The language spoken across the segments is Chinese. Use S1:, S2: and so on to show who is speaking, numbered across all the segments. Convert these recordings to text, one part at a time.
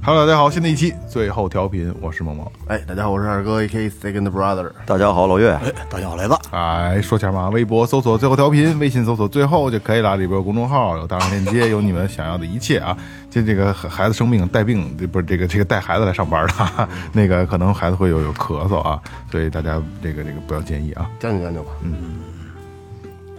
S1: 哈喽，大家好，新的一期最后调频，我是萌萌。
S2: 哎，大家好，我是二哥 A.K. Second Brother。
S3: 大家好，老岳，
S4: 哎，大家好，来吧，
S1: 哎，说前嘛，微博搜索最后调频，微信搜索最后就可以了。里边有公众号，有大量链接，有你们想要的一切啊。这这个孩子生病带病，这不是这个这个带孩子来上班的啊，那个可能孩子会有有咳嗽啊，所以大家这个这个不要介意啊。
S2: 将就将就吧，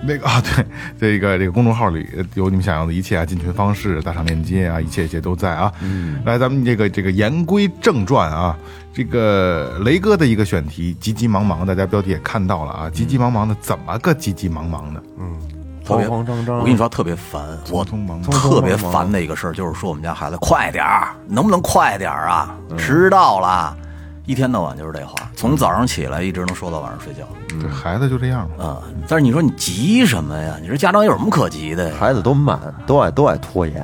S1: 那个啊，对，这个这个公众号里有你们想要的一切啊，进群方式、打赏链接啊，一切一切都在啊。嗯，来，咱们这个这个言归正传啊，这个雷哥的一个选题，急急忙忙，大家标题也看到了啊，急急忙忙的，怎么个急急忙忙呢？
S4: 特别，
S5: 慌张张
S4: 我跟你说特别烦，我
S1: 匆忙忙
S4: 特别烦的一个事儿就是说我们家孩子快点儿，能不能快点儿啊？
S5: 嗯
S4: 迟到了，一天到晚就是这话，从早上起来一直能说到晚上睡觉。
S1: 这孩子就这样嘛。
S4: 啊、但是你说你急什么呀？你说家长有什么可急的呀？
S2: 嗯
S5: 孩子都慢，都爱都爱拖延。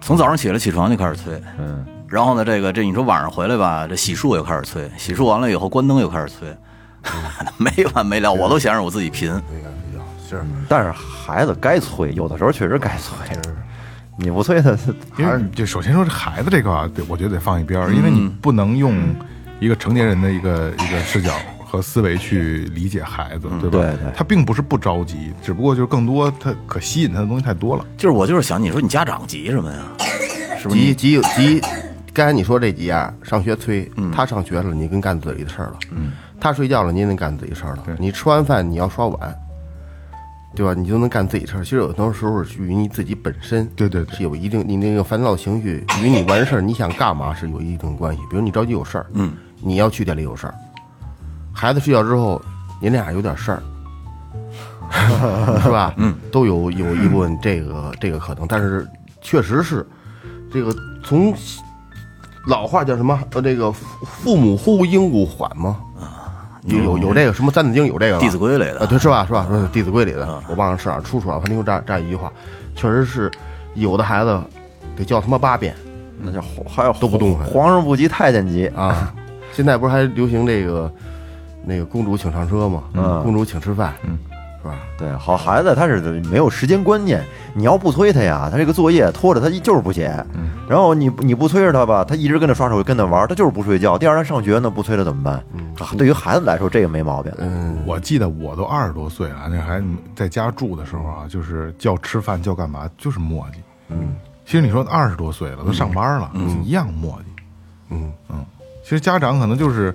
S4: 从早上起来起床就开始催，嗯，然后呢，这个这你说晚上回来吧，这洗漱又开始催，洗漱完了以后关灯又开始催，
S2: 嗯
S4: 没完没了，我都想让我自己贫。
S2: 是
S5: 但是孩子该催，有的时候确实该催。你不催他，他
S1: 因为你这首先说这孩子这个啊，得我觉得得放一边儿，因为你不能用一个成年人的一个一个视角和思维去理解孩子，对吧？
S5: 对对
S1: 他并不是不着急，只不过就是更多他可吸引他的东西太多了。
S4: 就是我就是想，你说你家长急什么呀？是不是
S2: 急
S4: 你？
S2: 急急。 刚才你说这急啊，上学催，他上学了，你跟干自己的事儿了；他睡觉了，你也能干自己事儿了。你吃完饭，你要刷碗，对吧？你就能干自己事儿。其实有的时候是与你自己本身，
S1: 对对对
S2: 是有一定你那个烦躁情绪与你完事儿你想干嘛是有一定关系。比如你着急有事儿，嗯，你要去店里有事儿，孩子睡觉之后，你俩有点事儿，是吧？嗯，都有有一部分这个这个可能，但是确实是这个从老话叫什么？呃，这个父父母呼应勿缓嘛。有有有这个什么《三字经》有这个吧
S4: 弟子规里的
S2: 啊，对，是吧？是吧？是《弟子规》里的，我忘了是啊，出处啊，反正就这这样一句话，确实是有的孩子得叫他妈八遍
S5: 那就还有
S2: 都不动弹
S5: 皇上不急太监急，
S2: 啊。现在不是还流行这个那个公主请上车吗？公主请吃饭，嗯，是吧？
S5: 对，好孩子他是没有时间观念，你要不催他呀，他这个作业拖着他就是不写，然后你你不催着他吧，他一直跟着刷手机跟他玩，他就是不睡觉。第二天上学呢，不催他怎么办？啊，对于孩子来说，这个没毛病。
S1: 我记得我都二十多岁了，那还在家住的时候啊，就是叫吃饭叫干嘛，就是磨叽。嗯，其实你说二十多岁了，都上班了，一样磨叽。
S2: 嗯
S1: 嗯，其实家长可能就是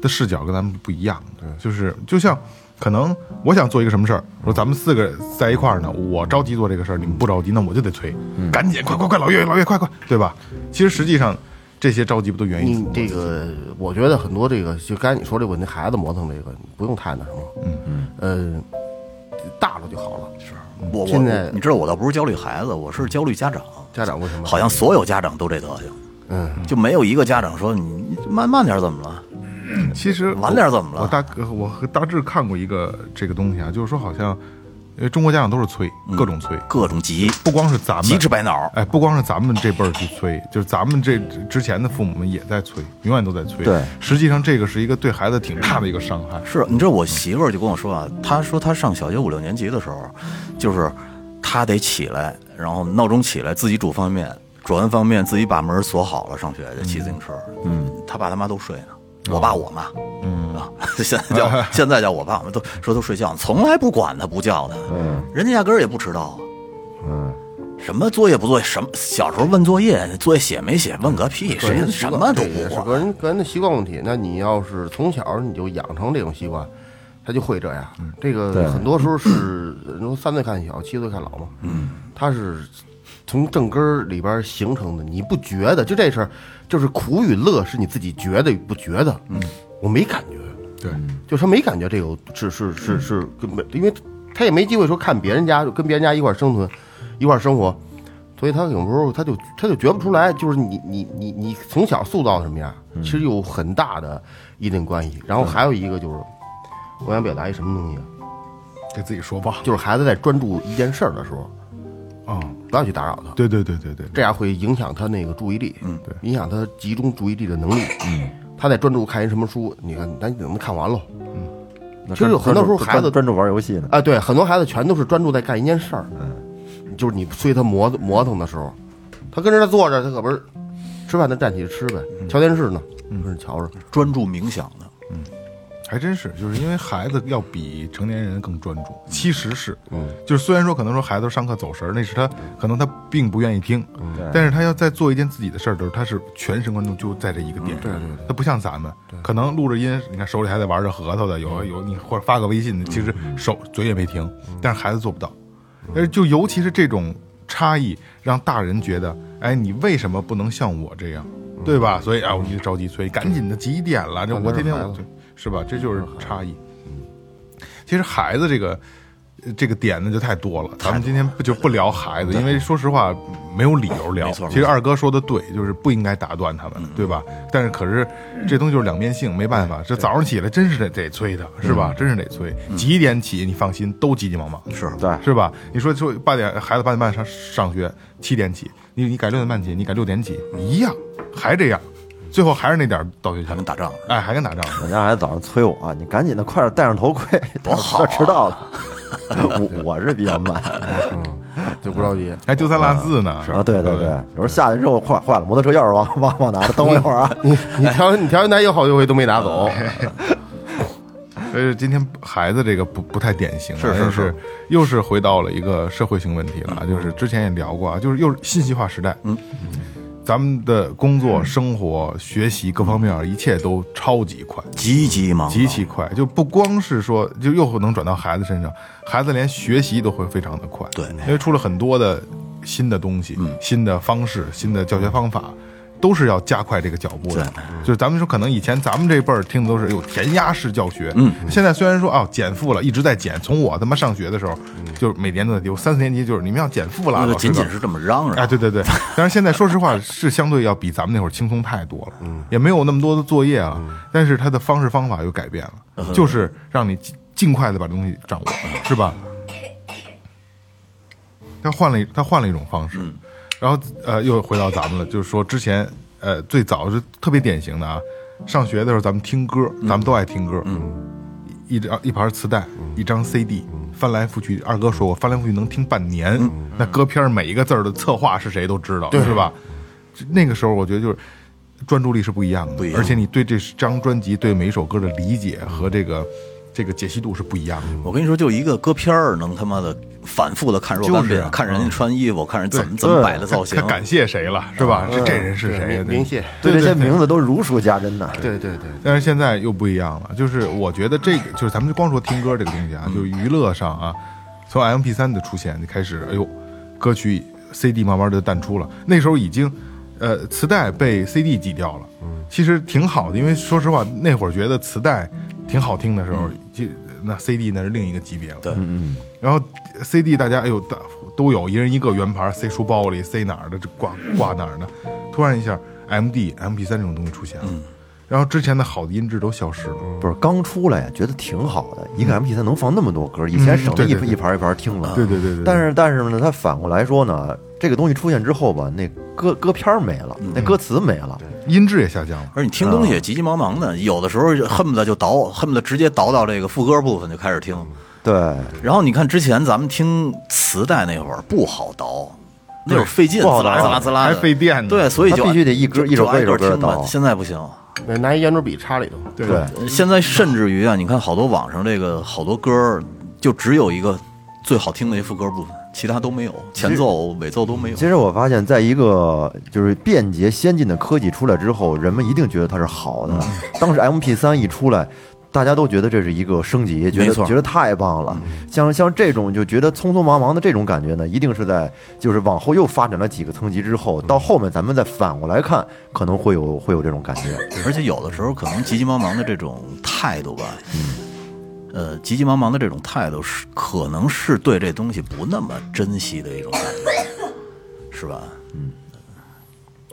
S1: 的视角跟咱们不一样，就是就像可能我想做一个什么事儿，说咱们四个在一块儿呢，我着急做这个事儿，你们不着急，那我就得催，赶紧快快快，老岳老岳快快，对吧？其实实际上这些着急不都源于
S2: 你这个，哎我觉得很多这个，就刚才你说这问题，孩子磨蹭这个，你不用太那什么，嗯嗯，呃，大了就好了。是
S4: 我
S2: 现在
S4: 我你知道我倒不是焦虑孩子，我是焦虑家长。
S2: 家长为什么
S4: 好像所有家长都这德行，
S2: 嗯，
S4: 就没有一个家长说你你慢慢点儿怎么了？
S1: 其实
S4: 晚点怎么了
S1: 我大我和大致看过一个这个东西啊，就是说好像，因为中国家长都是催，
S4: 嗯
S1: 各种催，
S4: 各种急，
S1: 不光是咱们
S4: 急赤白脑。
S1: 哎，不光是咱们这辈儿去催，就是咱们这之前的父母们也在催，永远都在催。
S5: 对
S1: 实际上这个是一个对孩子挺大的一个伤害。
S4: 是，你知道我媳妇儿就跟我说啊，她说她上小学五六年级的时候，就是她得起来，然后闹钟起来自己煮方便面，煮完方便面自己把门锁好了，上学去骑自行车。嗯，她爸她妈都睡呢，我爸我妈，嗯啊，现在 叫现在叫我爸我妈都说都睡觉呢，从来不管他不叫他，嗯，人家压根儿也不迟到啊，嗯。什么作业不作业？什么小时候问作业，作业写没写？问个屁！
S2: 个人
S4: 谁
S2: 的习
S4: 什
S2: 惯
S4: 么都
S2: 这也
S4: 不
S2: 是
S4: 管。
S2: 个人个人的习惯问题。那你要是从小你就养成这种习惯，他就会这样。这个很多时候是 人说三岁看小，七岁看老嘛。嗯，他是从正根儿里边形成的。你不觉得？就这事儿，就是苦与乐是你自己觉得与不觉得。嗯，我没感觉。
S1: 对，
S4: 嗯
S2: 就他没感觉这个是是是是根本，因为他也没机会说看别人家跟别人家一块儿生存，一块儿生活，所以他有时候他就他就觉不出来，就是你你你你从小塑造什么样，其实有很大的一定关系。然后还有一个就是，我想表达一什么东西啊，
S1: 给自己说吧。
S2: 就是孩子在专注一件事儿的时候，
S1: 啊，
S2: 不要去打扰他，
S1: 对对对对对，
S2: 这样会影响他那个注意力，嗯，
S1: 对
S2: 影响他集中注意力的能力，嗯，他在专注看一什么书，你看咱等他看完了，
S5: 那
S2: 其实有很多时候
S5: 专
S2: 孩子
S5: 专注玩游戏呢，
S2: 啊，对，很多孩子全都是专注在干一件事儿，嗯，就是你催他磨磨腾的时候，他跟着他坐着，他可不是吃饭，他站起来吃呗，
S1: 嗯
S2: 瞧电视呢，跟着瞧着，
S4: 专注冥想的，
S1: 还真是，就是因为孩子要比成年人更专注，其实是，就是虽然说可能说孩子上课走神儿，那是他可能他并不愿意听，但是他要在做一件自己的事儿的时候，他是全神贯注就在这一个点上，他不像咱们，可能录着音，你看手里还在玩着核桃的，有有你或者发个微信，其实手嘴也没停，但是孩子做不到，而呃就尤其是这种差异，让大人觉得，哎，你为什么不能像我这样，对吧？所以啊，我就着急催，赶紧的，几点了？这我天天我对是吧？这就是差异。其实孩子这个呃这个点呢就太多了，咱们今天不就不聊孩子，因为说实话没有理由聊。其实二哥说的对，就是不应该打断他们，对吧？但是可是这东西就是两面性，没办法。这早上起来真是得得催他，是吧？真是得催，几点起你放心，都急急忙忙。
S4: 是
S5: 对，
S1: 是吧？你说说八点，孩子八点半上上学，七点起，你你改六点半起，你改六点起，一样，还这样，最后还是那点儿到学
S4: 还
S1: 校
S4: 能，打仗，
S1: 哎，还跟打仗似
S5: 我家孩子早上催我、啊你赶紧的，快点戴上头盔，
S4: 多好啊
S5: 要迟 到了。我我是比较 慢
S2: 就不着急。
S1: 的，还丢三落四呢，
S5: 啊，对对
S1: 对
S5: 对，有时候下去之后坏坏了，摩托车钥匙忘忘忘哪了，等我一会儿啊。
S2: 你你调你调音台又好又回都没拿走，
S1: 哎所以今天孩子这个不不太典型啊，
S4: 是是
S1: 但
S4: 是
S1: 又是回到了一个社会性问题了啊，就是之前也聊过啊，就是又是信息化时代，嗯，咱们的工作、生活、学习各方面啊，一切都超级快，
S4: 急急忙忙
S1: 极其快，就不光是说，就又能转到孩子身上，孩子连学习都会非常的快，
S4: 对嗯
S1: 因为出了很多的新的东西、新的方式、新的教学方法，都是要加快这个脚步的
S4: 对。
S1: 就是咱们说，可能以前咱们这辈儿听的都是有哎填鸭式教学，嗯，现在虽然说啊减负了，一直在减，从我他妈上学的时候，就是每年都有三四年级，就是你们要减负了，
S4: 嗯那
S1: 老
S4: 就
S1: 师
S4: 仅仅
S1: 告诉
S4: 是这么嚷
S1: 哎，
S4: 嚷，
S1: 对对 对，但是现在说实话是相对要比咱们那会儿轻松太多了，嗯，也没有那么多的作业啊，但是它的方式方法又改变了，就是让你尽尽快的把这东西掌握，是吧？他换了一他换了一种方式，然后呃又回到咱们了，就是说之前呃最早是特别典型的啊，上学的时候咱们听歌，咱们都爱听歌，一张一盘磁带，
S4: 嗯
S1: 一张 CD，翻来覆去，二哥说过，翻来覆去能听半年。
S4: 嗯
S1: 那歌片儿每一个字儿的策划是谁都知道，是吧？这那个时候我觉得就是专注力是不一样的，
S4: 不一样嗯
S1: 而且你对这张专辑、对每一首歌的理解和这个这个解析度是不一样的。
S4: 我跟你说，就一个歌片儿能他妈的反复的看若干
S1: 就是
S4: 遍，
S1: 啊
S4: 看人
S5: 嗯
S4: 家穿衣服，看人怎么
S1: 对
S4: 怎么摆的造型嗯
S1: 他，感谢谁了，是吧？这这人是谁？
S2: 明明谢，
S5: 对这些名字都如数家珍呐。
S2: 对对对，
S1: 但是现在又不一样了，就是我觉得这个就是咱们光说听歌这个东西啊，就是娱乐上啊，从 M P 三的出现就开始，哎呦，歌曲 C D 慢慢的淡出了。那时候已经，呃，磁带被 C D 挤掉了，其实挺好的，因为说实话，那会儿觉得磁带挺好听的时候，就那 C D 那是另一个级别了。对，然后 CD 大家哎呦大都有，一人一个圆盘塞书包里，塞哪儿的就挂挂哪儿的。突然一下，MD、MP3 这种东西出现了，然后之前的好的音质都消失了。
S5: 不是刚出来呀，觉得挺好的，一个 MP 3能放那么多歌，以前省
S1: 对
S5: 得一
S1: 对对
S5: 一盘一盘听了。
S1: 对对对对对
S5: 啊但是但是呢，它反过来说呢，这个东西出现之后吧，那歌歌片儿没了，那歌词没了，
S1: 音质也下降了。
S4: 而你听东西
S5: 嗯
S4: 也急急忙忙的，有的时候就恨不得就倒，恨不得直接倒到这个副歌部分就开始听。
S5: 嗯对，
S4: 然后你看之前咱们听磁带那会儿不好倒，那会儿费劲，
S5: 不好
S4: 滋啦
S5: 倒
S4: 滋啦滋啦的，
S1: 还费电呢
S4: 对，所以
S5: 它
S4: 就
S5: 必须得一歌
S4: 就
S5: 一
S4: 就
S5: 首歌
S4: 按
S5: 一首歌
S4: 听吧
S5: 倒
S4: 现在不行，
S2: 对拿一圆珠笔插里头，
S1: 对
S5: 对
S4: 呃现在甚至于啊，你看好多网上这个好多歌儿，就只有一个最好听的一副歌部分，其他都没有，前奏、尾奏都没有。
S5: 其实我发现，在一个就是便捷先进的科技出来之后，人们一定觉得它是好的。 当时 MP 3一出来，大家都觉得这是一个升级，觉
S4: 没
S5: 得
S4: 错
S5: 觉得太棒了。像像这种就觉得匆匆忙忙的这种感觉呢，一定是在就是往后又发展了几个层级之后，到后面咱们再反过来看，可能会有会有这种感觉。
S4: 而且有的时候可能急急忙忙的这种态度吧，呃，急急忙忙的这种态度是可能是对这东西不那么珍惜的一种感觉，是是吧？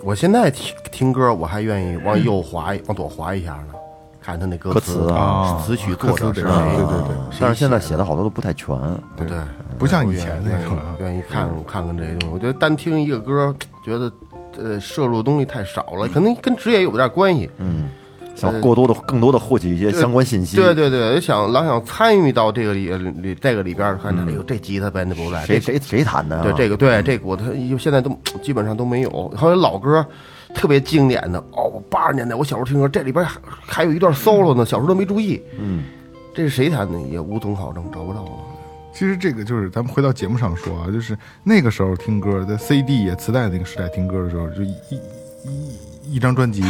S2: 我现在听听歌，我还愿意往右滑一，往左滑一下呢，看他那歌
S5: 歌
S2: 词
S5: 词啊
S1: 啊
S2: 词曲
S1: 歌
S2: 作
S1: 词
S2: 者是
S1: 得看
S2: 谁啊
S1: 对对对
S5: 但是现在写的好多都不太全，
S2: 对对，
S1: 不像以前那
S2: 愿
S1: 种
S2: 意
S1: 了。
S2: 愿意看看看这些东西。我觉得单听一个歌，觉得呃摄入的东西太少了，可能跟职业有点关系。
S5: 想过多的、更多的获取一些相关信息。
S2: 对对对，想老想参与到这个里里这个里边儿，看哎呦这吉他编的不赖，
S5: 谁
S2: 这
S5: 谁谁弹的啊？
S2: 对这个对这个我他现在都基本上都没有，还有老歌。特别经典的哦，八十年代我小时候听歌，这里边还还有一段 solo 呢，小时候都没注意。嗯，这是谁弹的也无从考证，找不到啊了。
S1: 其实这个就是咱们回到节目上说啊，就是那个时候听歌，在 CD 也磁带那个时代听歌的时候，就一一一一张专辑，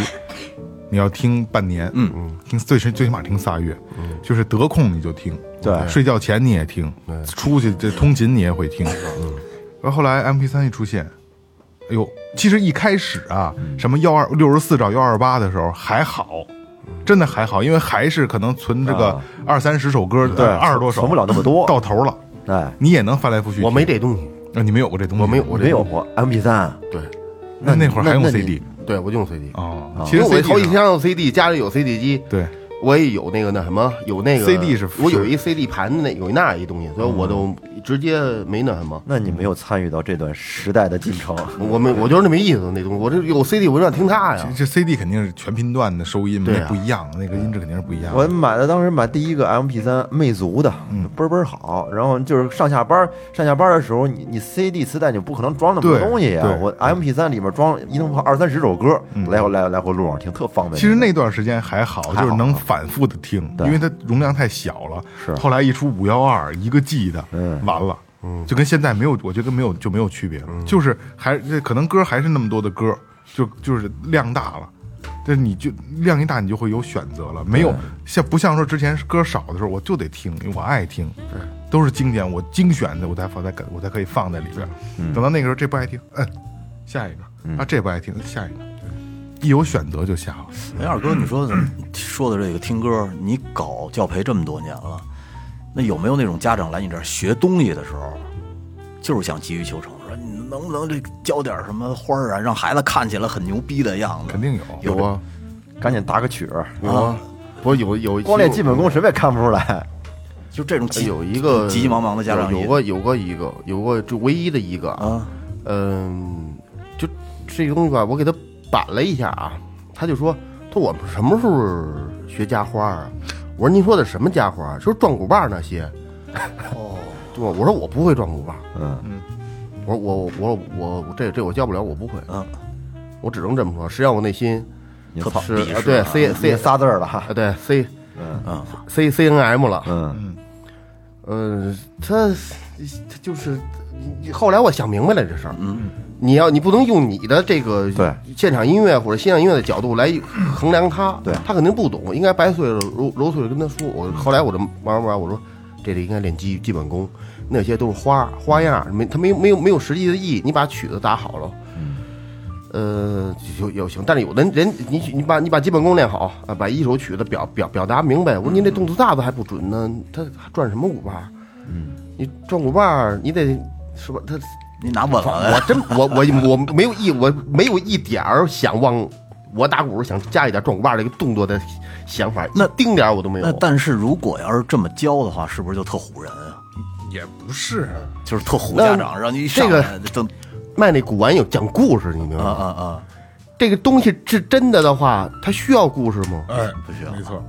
S1: 你要听半年，嗯嗯，听最起最起码听仨月，就是得空你就听，
S5: 嗯对
S1: 睡觉前你也听，出去这通勤你也会听，嗯，然后后来 MP 3一出现，哎呦，其实一开始啊，什么幺二六十四找幺二八的时候还好。真的还好，因为还是可能存这个
S5: 啊
S1: 二三十首歌，
S5: 对
S1: 二十多首，
S5: 存不了那么多
S1: 到头了，
S5: 哎，
S1: 你也能翻来覆去听。
S2: 我没这东西，
S1: 啊，你没有过这东西，
S2: 我没有，我这
S5: 没有过 MP 三，
S2: 对
S1: 那那会儿还用
S2: 那
S1: CD
S2: 你对，我就用 CD。
S1: 哦，其
S2: 其实
S1: 实
S2: 我
S1: CD
S2: 好几
S1: 上
S2: 箱有 CD，家里有 CD 机，
S1: 对，
S2: 我也有那个那什么，有那个
S1: CD 是
S2: 我有一 CD 盘的那有那一东西，所以我都直接没那什么。
S5: 那你没有参与到这段时代的进 程。
S1: 嗯
S2: 我没，我觉得那没意思，那东西。我这有 CD，我就想听它呀
S1: 这。这 CD 肯定是全频段的收音嘛，
S2: 对
S1: 那
S2: 啊
S1: 不一样，那个音质肯定是不一样
S5: 我
S1: 的。
S5: 买的当时买第一个 MP 三，魅族的，
S1: 嗯
S5: 倍儿倍儿好。然后就是上下班儿上下班儿的时候，你你 CD 磁带你不可能装那么多
S1: 对
S5: 东西呀、
S1: 对嗯
S5: 我 MP 三里面装一弄二三十首歌，来回来来回路上听，特方便。
S1: 其实那段时间还好，
S5: 还
S1: 就是
S5: 好
S1: 能反复的听，
S5: 对
S1: 因为它容量太小了。是嗯后来一出五幺二，一个 G 的，完了，就跟现在没有，我觉得跟没有就没有区别了，就是还这可能歌还是那么多的歌，就就是量大了。但是你就量一大，你就会有选择了，没有像不像说之前歌少的时候，我就得听，因为我爱听，都是经典，我精选的，我才放在我才可以放在里边。等到那个时候，这不爱听，嗯，下一个啊，这不爱听，下一个，一有选择就下了。
S4: 哎，二哥，你说说的 这个听歌，你搞教培这么多年了，那有没有那种家长来你这儿学东西的时候，就是想急于求成，说你能不能这教点什么花儿啊，让孩子看起来很牛逼的样子？
S1: 肯定有，
S4: 有
S2: 有啊，
S5: 赶紧打个曲儿，
S2: 有啊，不是有有
S5: 光练基本功谁也看不出来。
S4: 就这种急
S2: 有一个
S4: 急急忙忙的家长
S2: 有有过有过一个有过就唯一的一个
S4: 啊，
S2: 嗯，就这个东西吧，我给他板了一下啊，他就说，他说我们什么时候学家花啊？我说您说的什么家花啊？说壮骨棒那些。哦，对，我说我不会壮骨棒，
S5: 嗯，
S2: 我说我我我我我这这我教不了，我不会，
S4: 嗯，
S2: 我只能这么说。实际上我内心
S5: 你
S4: 特
S5: 操，
S2: 是
S4: 鄙视
S2: 啊对
S4: 啊
S2: C
S5: 这
S2: C
S5: 仨字儿了哈
S2: 啊。对 C
S4: 嗯
S2: C C N M 了，
S5: 嗯，
S2: 呃，他他就是后来我想明白了这事儿，嗯，你要你不能用你的这个
S5: 对
S2: 现场音乐或者现场音乐的角度来衡量他，
S5: 对
S2: 他肯定不懂，应该掰碎了揉揉碎了跟他说。我后来我就慢慢慢我说这里应该练基基本功，那些都是花花样，没他没没有没有实际的意义，你把曲子打好了。呃，有有行，但是有的人人你你把你把基本功练好啊，把一首曲子表表表达明白。我说您这动次打次还不准呢，他转什么鼓把？嗯，你转鼓把，你得是吧？他
S4: 你拿稳了
S2: 我
S4: 呀，
S2: 真我我我没有一我没有一点儿想往我打鼓想加一点转鼓把这个动作的想法，
S4: 那
S2: 一丁点儿我都没
S4: 那
S2: 有。
S4: 但是如果要是这么教的话，是不是就特唬人啊？
S1: 也不是，
S4: 就是特唬
S2: 那
S4: 家长，让你一
S2: 这
S4: 上
S2: 个
S4: 来就
S2: 卖那古玩有讲故事，你明白
S4: 啊
S2: 吗？
S4: 啊啊，
S2: 这个东西是真的的话，它需要故事吗？
S1: 哎，
S4: 嗯不需要
S1: 没错，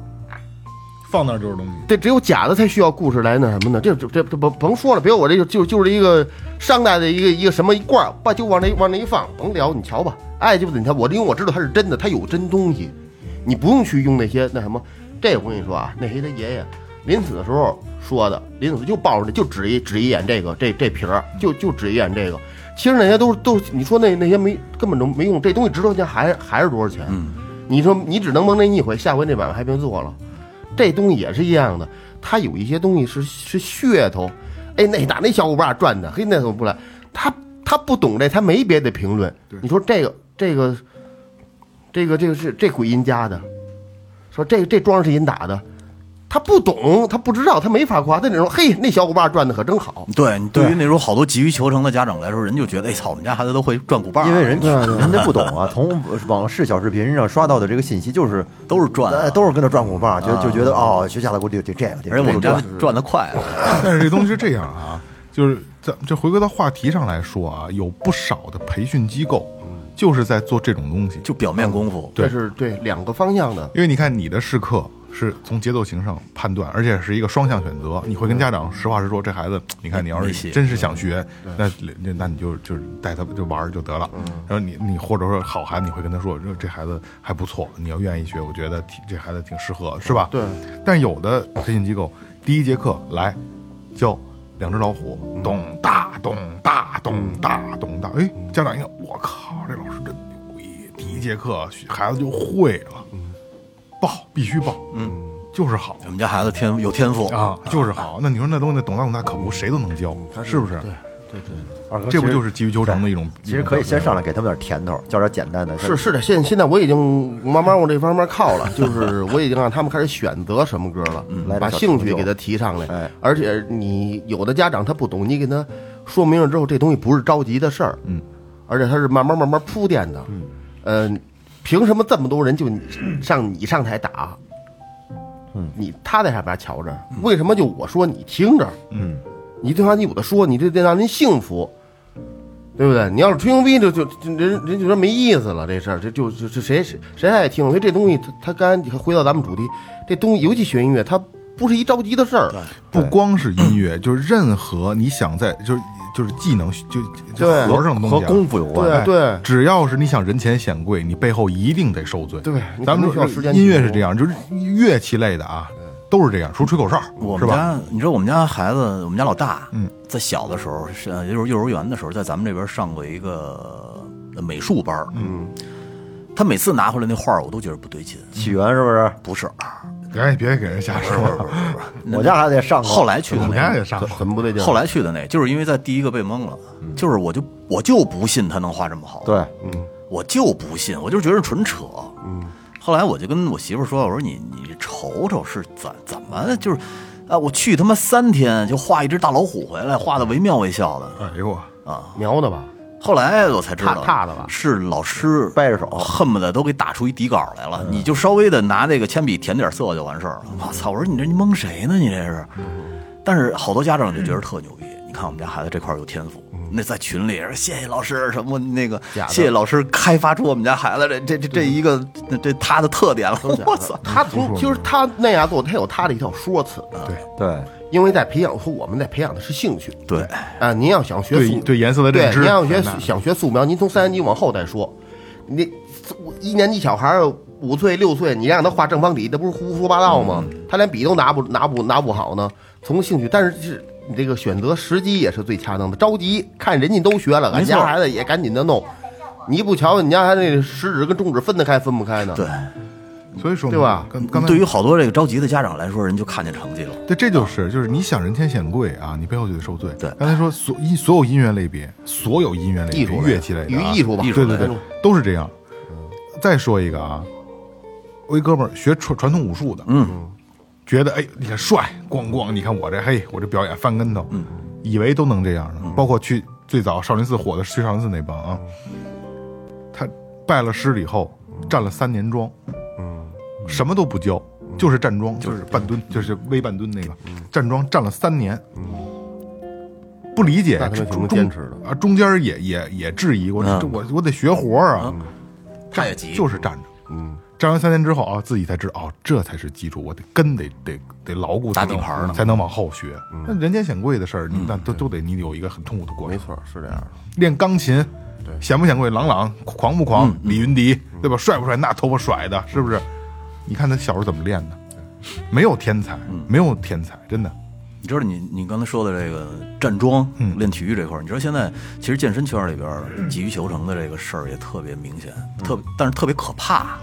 S1: 放那儿就是东西。
S2: 这只有假的才需要故事来那什么呢？这这这这甭甭说了，别我这就就就是一个商代的一个一个什么一罐儿，把就往那往那一放，甭聊，你瞧吧，爱鸡巴你瞧，我因为我知道它是真的，它有真东西，你不用去用那些那什么。这我跟你说啊，那谁他爷爷临死的时候说的，临死就抱着那就指一指一眼这个这这瓶儿，就就指一眼这个。其实那些都是都是你说那那些没根本都没用，这东西值多少钱还还是多少钱？你说你只能蒙那一回，下回那买卖还别做了。这东西也是一样的，它有一些东西是是噱头。哎，那哪那小伙伴赚的？嘿，那怎么不来？他他不懂这，他没别的评论。你说这个这个这个这个是这鬼音家的，说这这桩是银打的，他不懂，他不知道，他没法夸。他那种嘿，那小伙伴转的可真好，
S4: 对，你对于那种好多急于求成的家长来说，人就觉得，哎操，我们家孩子都会转鼓棒儿，
S5: 因为人 人家不懂啊，从网视小视频上刷到的这个信息就是
S4: 都是转啊
S5: 哎都是跟着转鼓棒，觉得就觉得哦，学校的鼓得得这个，得
S4: 而且我们
S5: 这
S4: 家
S5: 个
S4: 转的快， 啊
S1: 但是这东西是这样啊， 就是咱这回归到话题上来说啊，有不少的培训机构
S4: 嗯
S1: 就是在做这种东西，
S4: 就表面功夫，
S1: 对
S2: 这是对两个方向的。
S1: 因为你看你的试课是从节奏型上判断，而且是一个双向选择，你会跟家长实话实说，这孩子，你看你要
S4: 没戏
S1: 是真是想学，那那那你就就是带他就玩儿就得了。然后你你或者说好孩子，你会跟他说，这孩子还不错，你要愿意学，我觉得挺这孩子挺适合，是吧？
S2: 对。
S1: 但有的培训机构第一节课来教。两只老虎，咚哒咚哒咚哒咚哒，哎，家长一看，我靠，这老师真牛逼！第一节课孩子就会了，报必须报，嗯，就是好
S4: 我们家孩子天有天赋，
S1: 啊，就是好。那你说那东西懂大懂大可不，谁都能教，是不是？
S5: 二哥
S1: 这不
S5: 其实
S1: 就是急于求成的一种？
S5: 其实可以先
S1: 一种
S5: 上来给他们点甜头，教点简单的，
S2: 是是的，现现在我已经慢慢往这方面靠了，就是我已经让他们开始选择什么歌了，
S5: 来
S2: 把
S5: 点小
S2: 兴趣
S5: 成就
S2: 给他提上来。
S5: 哎
S2: 而且你有的家长他不懂，你给他说明了之后，这东西不是着急的事儿，嗯，而且他是慢慢慢慢铺垫的，嗯，呃，凭什么这么多人就你上你上台打？嗯，你他在上边瞧着，为什么就我说你听着？嗯，你对方你有的说，你这得让人幸福。对不对？你要是吹牛逼，就就就人人就说没意思了，这事儿这就就就谁谁谁爱听？所以这东西，它它刚才回到咱们主题，这东西尤其学音乐，它不是一着急的事儿。
S1: 不光是音乐，就是任何你想在就是就是技能就就
S2: 对
S1: 活上的
S5: 和
S1: 东西啊。
S5: 功夫有关。
S2: 对对
S1: 只要是你想人前显贵，你背后一定得受罪。
S2: 对你
S1: 咱们
S2: 肯定需要时间
S1: 音乐
S2: 去
S1: 是这样，就是乐器类的啊，都是这样，除吹口哨
S4: 我
S1: 是
S4: 们
S1: 吧？
S4: 家，你知道我们家孩子，我们家老大，
S1: 嗯，
S4: 在小的时候是呃幼儿幼儿园的时候，在咱们这边上过一个呃美术班嗯，他每次拿回来那画儿，我都觉得不对劲，
S5: 起源是不是？
S4: 不是，
S1: 哎，别给人瞎说。
S5: 我家孩子也上过，
S4: 后来去的
S1: 我们家
S4: 那
S1: 也
S4: 个，
S1: 上
S2: 很
S1: 过，
S2: 很不对劲。
S4: 后来去的那个，就是因为在第一个被蒙了，
S1: 嗯
S4: 就是我就我就不信他能画这么好，
S5: 对，
S4: 我就不信，我就是觉得纯扯。嗯，后来我就跟我媳妇说，我说你你瞅瞅是怎怎么就是，啊，我去他妈三天就画一只大老虎回来，画的惟妙惟肖的。
S1: 哎呦我。
S2: 瞄的吧？
S4: 后来我才知道，
S2: 踏踏的吧
S4: 是老师
S5: 掰着手
S4: 恨不得都给打出一底稿来了。你就稍微的拿那个铅笔填点色就完事儿了。我操！我说你这你蒙谁呢？你这是。但是好多家长就觉得特牛逼，你看我们家孩子这块儿有天赋。那在群里说谢谢老师什么那个，谢谢老师开发出我们家孩子这这这这一个这这他的特点了。 我操！
S2: 啊他从其实他那样做，他有他的一套说辞。
S1: 对
S5: 对，
S2: 因为在培养，说我们在培养的是兴趣。
S4: 对
S2: 啊，您要想学
S1: 对
S2: 素
S1: 对颜色的认知
S2: 对，您要学
S1: 很大
S2: 想学素描，您从三年级往后再说。你一年级小孩儿五岁六岁，你让他画正方体，那不是胡说八道吗？
S1: 嗯
S2: 他连笔都拿不拿不拿不好呢。从兴趣，但是是你这个选择时机也是最恰当的。着急看人家都学了，
S4: 没
S2: 俺
S4: 错
S2: 家孩子也赶紧的弄。你一不瞧，你家孩子那食指跟中指分得开分不开呢？
S4: 对，
S1: 所以说嘛
S2: 对吧
S1: 刚刚才
S4: 对于好多这个着急的家长来说，人就看见成绩了。
S1: 对，这就是就是你想人前显贵啊，你背后就得受罪。
S4: 对
S1: 刚才说所音所有音乐类别，所有音乐类别
S2: 艺术类
S1: 乐器类的啊、
S2: 与艺术吧
S1: 对对
S2: 艺术类
S1: 对，都是这样。再说一个啊，我一哥们儿学传传统武术的，嗯，觉得哎，你看帅，咣咣，你看我这嘿，我这表演翻跟头，嗯，以为都能这样呢。
S2: 嗯
S1: 包括去最早少林寺火的去少林寺那帮啊，他拜了师了以后，站了三年桩，
S2: 嗯
S1: 什么都不教，就是站桩，就是半蹲，就是微半蹲那个
S2: 嗯
S1: 站桩，站了三年，不理解
S2: 那他们挺能
S1: 中
S2: 坚持的
S1: 啊，中间也也也质疑我，这我我得学活儿啊，
S4: 嗯他也急，
S1: 就是站着，嗯，站完三年之后啊，自己才知道哦，这才是基础，我得根得得得牢固，
S4: 打
S1: 才能
S4: 底盘儿呢嗯
S1: 才能往后学。那人间显贵的事儿，你那都都得你有一个很痛苦的过
S2: 嗯
S1: 程
S2: 没。错，是这样的。
S1: 练钢琴，显不显贵？郎朗狂不
S2: 嗯
S1: 狂？李云迪对吧？帅不帅？那头发甩的，是不是？你看他小时候怎么练的？没有天才，
S2: 嗯
S1: 没有天才，真的。
S4: 你知道你你刚才说的这个站桩、练体育这块儿，你知道现在其实健身圈里边儿嗯急于求成的这个事儿也特别明显，特别但是特别可怕，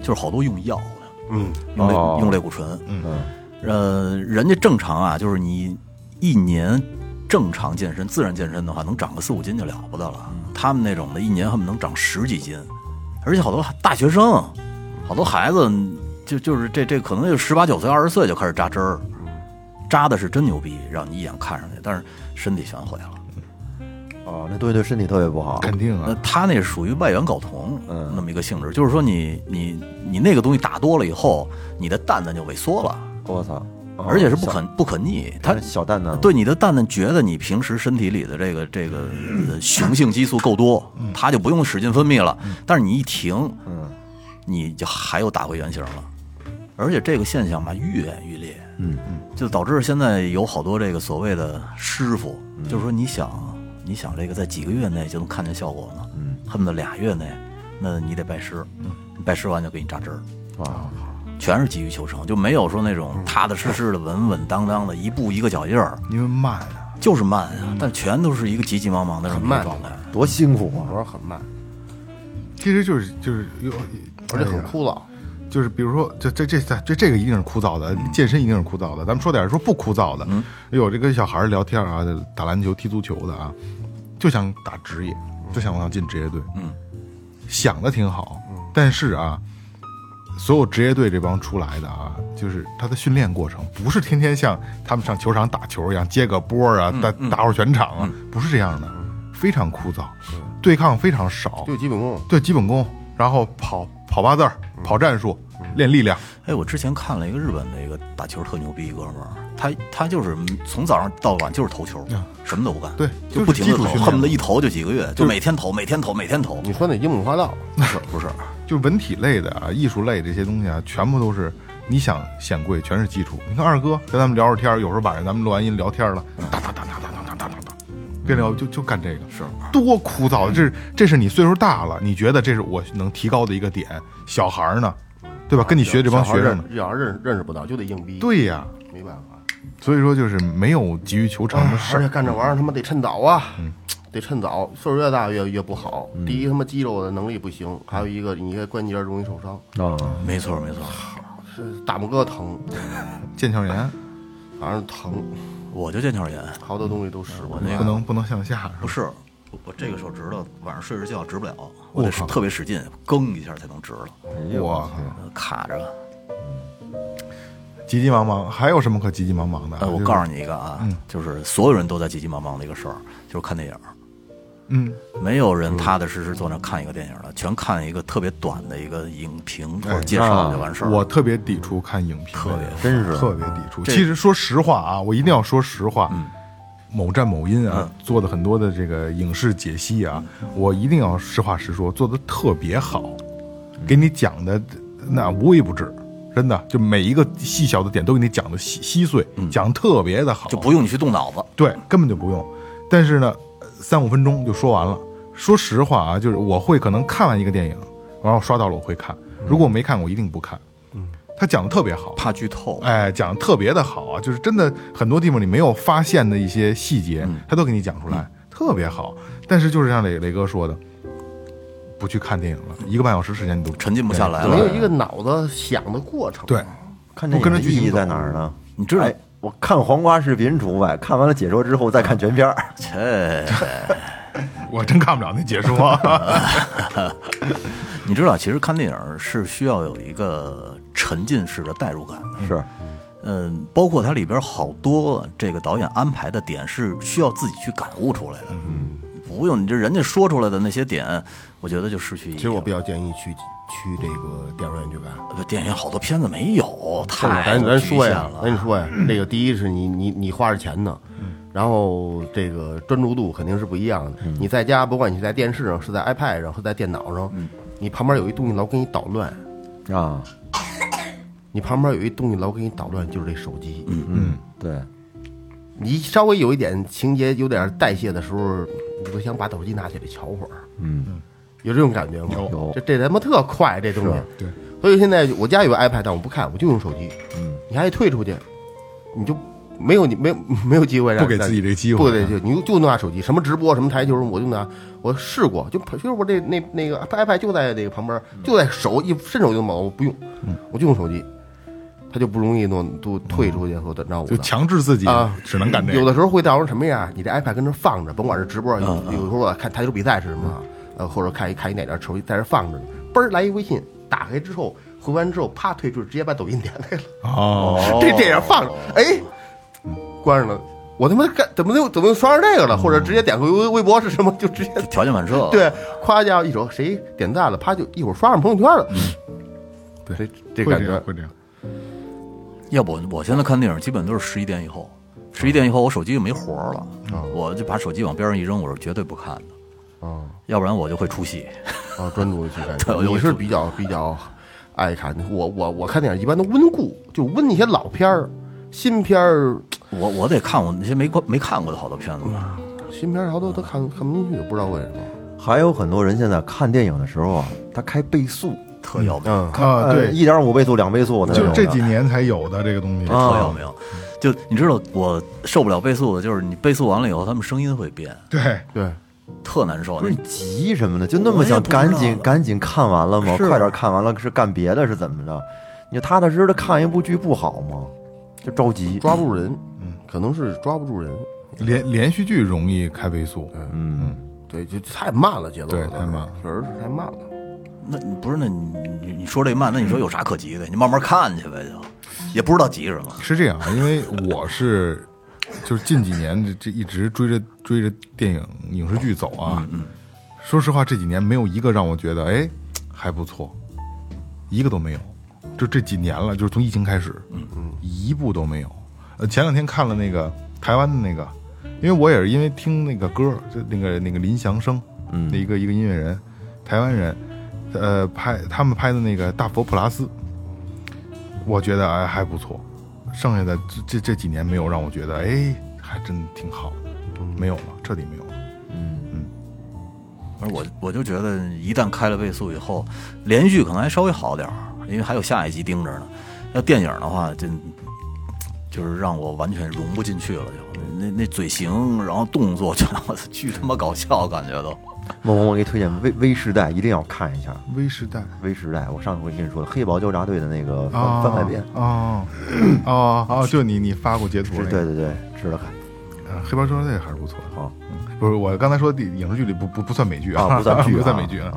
S4: 就是好多用药的，嗯，用类、
S5: 哦
S4: 用类固醇，嗯，呃，人家正常啊，就是你一年正常健身、自然健身的话，能长个四五斤就了不得了，他们那种的，一年恨不得能长十几斤，而且好多大学生，好多孩子就就是这这可能就十八九岁、二十岁就开始扎针儿，扎的是真牛逼，让你一眼看上去，但是身体全毁了。
S5: 哦，那东西对身体特别不
S2: 哦
S5: 好。
S1: 肯定
S4: 那
S1: 啊，
S4: 他那属于外源睾酮，那么一个性质，就是说你你你那个东西打多了以后，你的蛋蛋就萎缩了，
S5: 我操！哦
S4: 而且是不可
S5: 小
S4: 不可逆，它
S5: 小蛋蛋，
S4: 对你的蛋蛋觉得你平时身体里的这个这个呃雄性激素够多，它就不用使劲分泌了。但是你一停，
S5: 嗯，
S4: 你就还又打回原形了。而且这个现象吧，愈演愈烈，嗯嗯，就导致现在有好多这个所谓的师傅，就是说你想你想这个在几个月内就能看见效果呢，嗯，恨不得俩月内，那你得拜师，拜师完就给你扎针儿，
S5: 哇，
S4: 全是急于求成，就没有说那种踏踏实实的、稳稳当当的，一步一个脚印儿，
S1: 因为慢啊，
S4: 就是慢啊，但全都是一个急急忙忙的这么一个状态。
S5: 多辛苦啊！
S2: 我说很慢，
S1: 其实就是就是有，哎
S2: 而且很
S1: 啊
S2: 枯燥。
S1: 就是比如说，这这这这这这个一定是枯燥的，健身一定是枯燥的。咱们说点说不枯燥的，有这跟小孩儿聊天啊，打篮球、踢足球的啊，就想打职业，就想我要进职业队，
S4: 嗯，
S1: 想的挺好，但是啊，所有职业队这帮出来的啊，就是他的训练过程不是天天像他们上球场打球一样接个波儿啊，打打会儿全场啊，不是这样的，非常枯燥，对抗非常少，
S2: 就基本功，
S1: 对基本功，然后跑跑八字儿，
S2: 嗯
S1: 跑战术，练力量。
S4: 哎，我之前看了一个日本的一个打球特牛逼一哥们儿，他他就是从早上到晚就是投球
S1: 啊，
S4: 什么都不干，
S1: 对
S4: 就不停的
S1: 就是基础
S4: 投，
S1: 训练
S4: 恨不得一投就几个月，就每天投，每天投，每天投。
S2: 你说那樱木花道，
S4: 不是不是，
S1: 就文体类的啊，艺术类这些东西啊，全部都是你想显贵，全是基础。你看二哥跟咱们聊会儿天儿，有时候晚上咱们录完音聊天了，
S2: 嗯
S1: 哒哒哒哒哒哒哒哒哒哒，别聊就就干这个，是多枯燥。
S2: 嗯
S1: 这是这是你岁数大了，你觉得这是我能提高的一个点。小孩儿呢，对吧？跟你学这
S2: 嗯
S1: 帮
S2: 啊小
S1: 学
S2: 孩
S1: 生呢
S2: 认，小孩认认识不到，就得硬逼。，
S1: 对呀、
S2: 没办法。
S1: 所以说就是没有急于求成的事
S2: 啊 而且
S1: 儿。
S2: 干这玩意儿他妈得趁早啊，得趁早，岁数越大越越不好。第一他妈肌肉的能力不行，还有一个你这关节容易受伤，
S5: 啊，
S4: 没错没错，
S2: 是大拇哥疼，
S1: 腱鞘炎
S2: 反正疼，
S4: 我就腱鞘炎，
S2: 好多东西都使过。
S4: 那个
S1: 不能不能向下，
S4: 不是我我这个手指头晚上睡着觉直不了，我得
S1: 我靠
S4: 特别使劲蹬一下才能直了，
S5: 哎
S1: 我
S4: 呃卡
S1: 啊
S4: 着。
S1: 急急忙忙，还有什么可急急忙忙的啊？
S4: 哎，我
S1: 就是
S4: 告诉，你一个啊，就是所有人都在急急忙忙的一个事儿，就是看电影儿。
S1: 嗯，
S4: 没有人踏踏实实坐那儿看一个电影
S2: 嗯
S4: 了，全看一个特别短的一个影评或者介绍就完事儿了。
S2: 哎
S1: 我特别抵触看影评，
S4: 特别啊
S5: 真是
S1: 特别抵触。
S4: 这嗯
S1: 其实说实话啊，我一定要说实话，某站某音啊、做的很多的这个影视解析啊，
S4: 嗯
S1: 我一定要实话实说，做的特别好，给你讲的那无微不至。真的，就每一个细小的点都给你讲的稀稀碎，讲得特别的好，
S4: 嗯就不用你去动脑子，
S1: 对，根本就不用。但是呢，呃三五分钟就说完了。说实话啊，就是我会可能看完一个电影，然后刷到了我会看，如果我没看，我一定不看。嗯，他讲的特别好，
S4: 怕剧透。
S1: 哎，讲的特别的好啊，就是真的很多地方你没有发现的一些细节，
S2: 嗯
S1: 他都给你讲出来，特别好。但是就是像磊磊哥说的，不去看电影了，一个半小时时间你都
S4: 沉浸不下来
S2: 没有
S4: 了。
S2: 一个脑子想的过程。
S1: 对，
S5: 看这
S1: 我跟着
S5: 个
S1: 剧
S5: 意
S1: 情
S5: 义在
S1: 走
S5: 哪儿呢？
S4: 你知道
S5: 哎，我看黄瓜视频除外，看完了解说之后再看全片儿。
S4: 切，
S1: 我真看不了那解 说。
S4: 你知道，其实看电影是需要有一个沉浸式的代入感的。
S5: 是，
S4: 嗯，包括它里边好多这个导演安排的点是需要自己去感悟出来的。嗯，不用你这人家说出来的那些点，我觉得就失去意义了。
S2: 其实我比较建议去去这个电影院去看。
S4: 呃电影好多片子没有，太
S2: 咱咱
S4: 局
S2: 说
S4: 限
S2: 呀
S4: 了，。嗯
S2: 咱说呀，这个第一是你你你花着钱呢，然后这个专注度肯定是不一样的。
S4: 嗯
S2: 你在家，不管你是在电视上，是在 iPad 上，是在电脑上，
S4: 嗯
S2: 你旁边有一东西老给你捣乱，
S5: 啊，
S2: 你旁边有一东西老给你捣乱，就是这手机。
S5: 嗯，对，
S2: 你稍微有一点情节有点代谢的时候，你都想把手机拿起来瞧会儿。嗯，有这种感觉吗？
S5: 有
S2: 这这他妈特快，这东西。
S1: 对，
S2: 所以现在我家有个 iPad，但我不看，我就用手机。嗯，你还得退出去，你就没有你没有没有机会让
S1: 不给自己这个机会啊
S2: 不给这个机会，你就就拿手机，什么直播什么台球什么，我就拿。我试过，就就是我这那那个 iPad 就在这个旁边，
S1: 嗯
S2: 就在手一伸手就毛，我不用，我就用手机，它就不容易弄都退出去或者让我
S1: 嗯就强制自己
S2: 啊，
S1: 只能干这
S2: 有
S1: 个。
S2: 的时候会造成什么样？你这 iPad 跟这放着，甭管是直播，有
S1: 嗯
S2: 有时候我看啊台球比赛是什么，呃，或者看一看一哪点球在这放着呢，嘣儿来一微信，打开之后回完之后啪退出，直接把抖音点开了，
S1: 哦，
S2: 这电影放着，哎，关上了。我他妈干怎么就怎么就刷上这个了？或者直接点回微微博是什么，就直接
S4: 就条件反射。，
S2: 对，夸一下一首谁点赞了，啪就一会儿刷上朋友圈了。对，这这
S1: 会
S2: 感
S1: 这
S2: 觉
S1: 样，会这样。
S4: 要不我现在看电影基本都是十一点以后，十一点以后我手机就没活儿了，
S5: 嗯
S4: 我就把手机往边上一扔，我是绝对不看的，
S2: 啊
S4: 要不然我就会出戏。
S2: 啊，专注去感
S4: 对
S2: 觉。
S4: 我就
S2: 你
S4: 会
S2: 是
S4: 注
S2: 比较比较爱看，我我我看电影一般都温故，就温一些老片儿、新片儿，
S4: 我我得看我那些没过没看过的好多片子，
S2: 新片儿好多都看看不进去，不知道为什么。
S5: 还有很多人现在看电影的时候啊，他开倍速，呃
S4: 特要命，
S2: 嗯，
S1: 啊，对，
S5: 一点五倍速、两倍速的那
S1: 就
S5: 种
S1: 这
S5: 的
S1: 几年才有的这个东西。
S5: 啊
S4: 特要命。就你知道我受不了倍速的，就是你倍速完了以后，他们声音会变，
S1: 对，
S2: 对，
S4: 特难受。
S5: 不是
S4: 那
S5: 你急什么的，就那么想赶
S4: 我也
S5: 紧
S4: 不知道
S5: 赶紧看完了吗？
S4: 是
S5: 快点看完了是干别的是怎么着？你就踏踏实实的看一部剧不好吗？就着急，
S2: 抓不住人，嗯，可能是抓不住人，
S1: 连连续剧容易开倍速，
S5: 嗯，
S2: 对，就太慢了节奏，
S1: 对太慢了，
S2: 确实是太慢了。
S4: 那你不是那你你你说这慢，那你说有啥可急的？你慢慢看去呗，就也不知道急什么。
S1: 是这样啊，因为我是就是近几年这这一直追着追着电影影视剧走啊。说实话，这几年没有一个让我觉得哎还不错，一个都没有。就这几年了，就是从疫情开始，嗯嗯，一部都没有。呃，前两天看了那个台湾的那个，因为我也是因为听那个歌，就那个那个林祥生，嗯，一个一个音乐人，台湾人，呃，拍他们拍的那个《大佛普拉斯》，我觉得哎还不错，剩下的这这这几年没有让我觉得哎还真挺好的，没有了，彻底没有了。
S5: 嗯
S4: 反正我我就觉得，一旦开了倍速以后，连续可能还稍微好点儿，因为还有下一集盯着呢。要电影的话，就就是让我完全融不进去了，就那那嘴型，然后动作，全我 操，巨他妈搞笑，感觉都。
S5: 梦红，我给你推荐《微微时代》，一定要看一下《
S1: 微时代
S5: 微时代》。我上回跟你说的《黑豹纠察队》的那个
S1: 啊，
S5: 翻翻拍片，
S1: 哦哦哦，就你你发过截图
S5: 是
S1: 那个，
S5: 对对对，值得看。
S1: 嗯黑豹纠察队还是不错的。
S5: 好
S1: 嗯，不是我刚才说的影视剧里不不不算美剧
S5: 啊不算剧啊 嗯
S1: 不算美剧啊。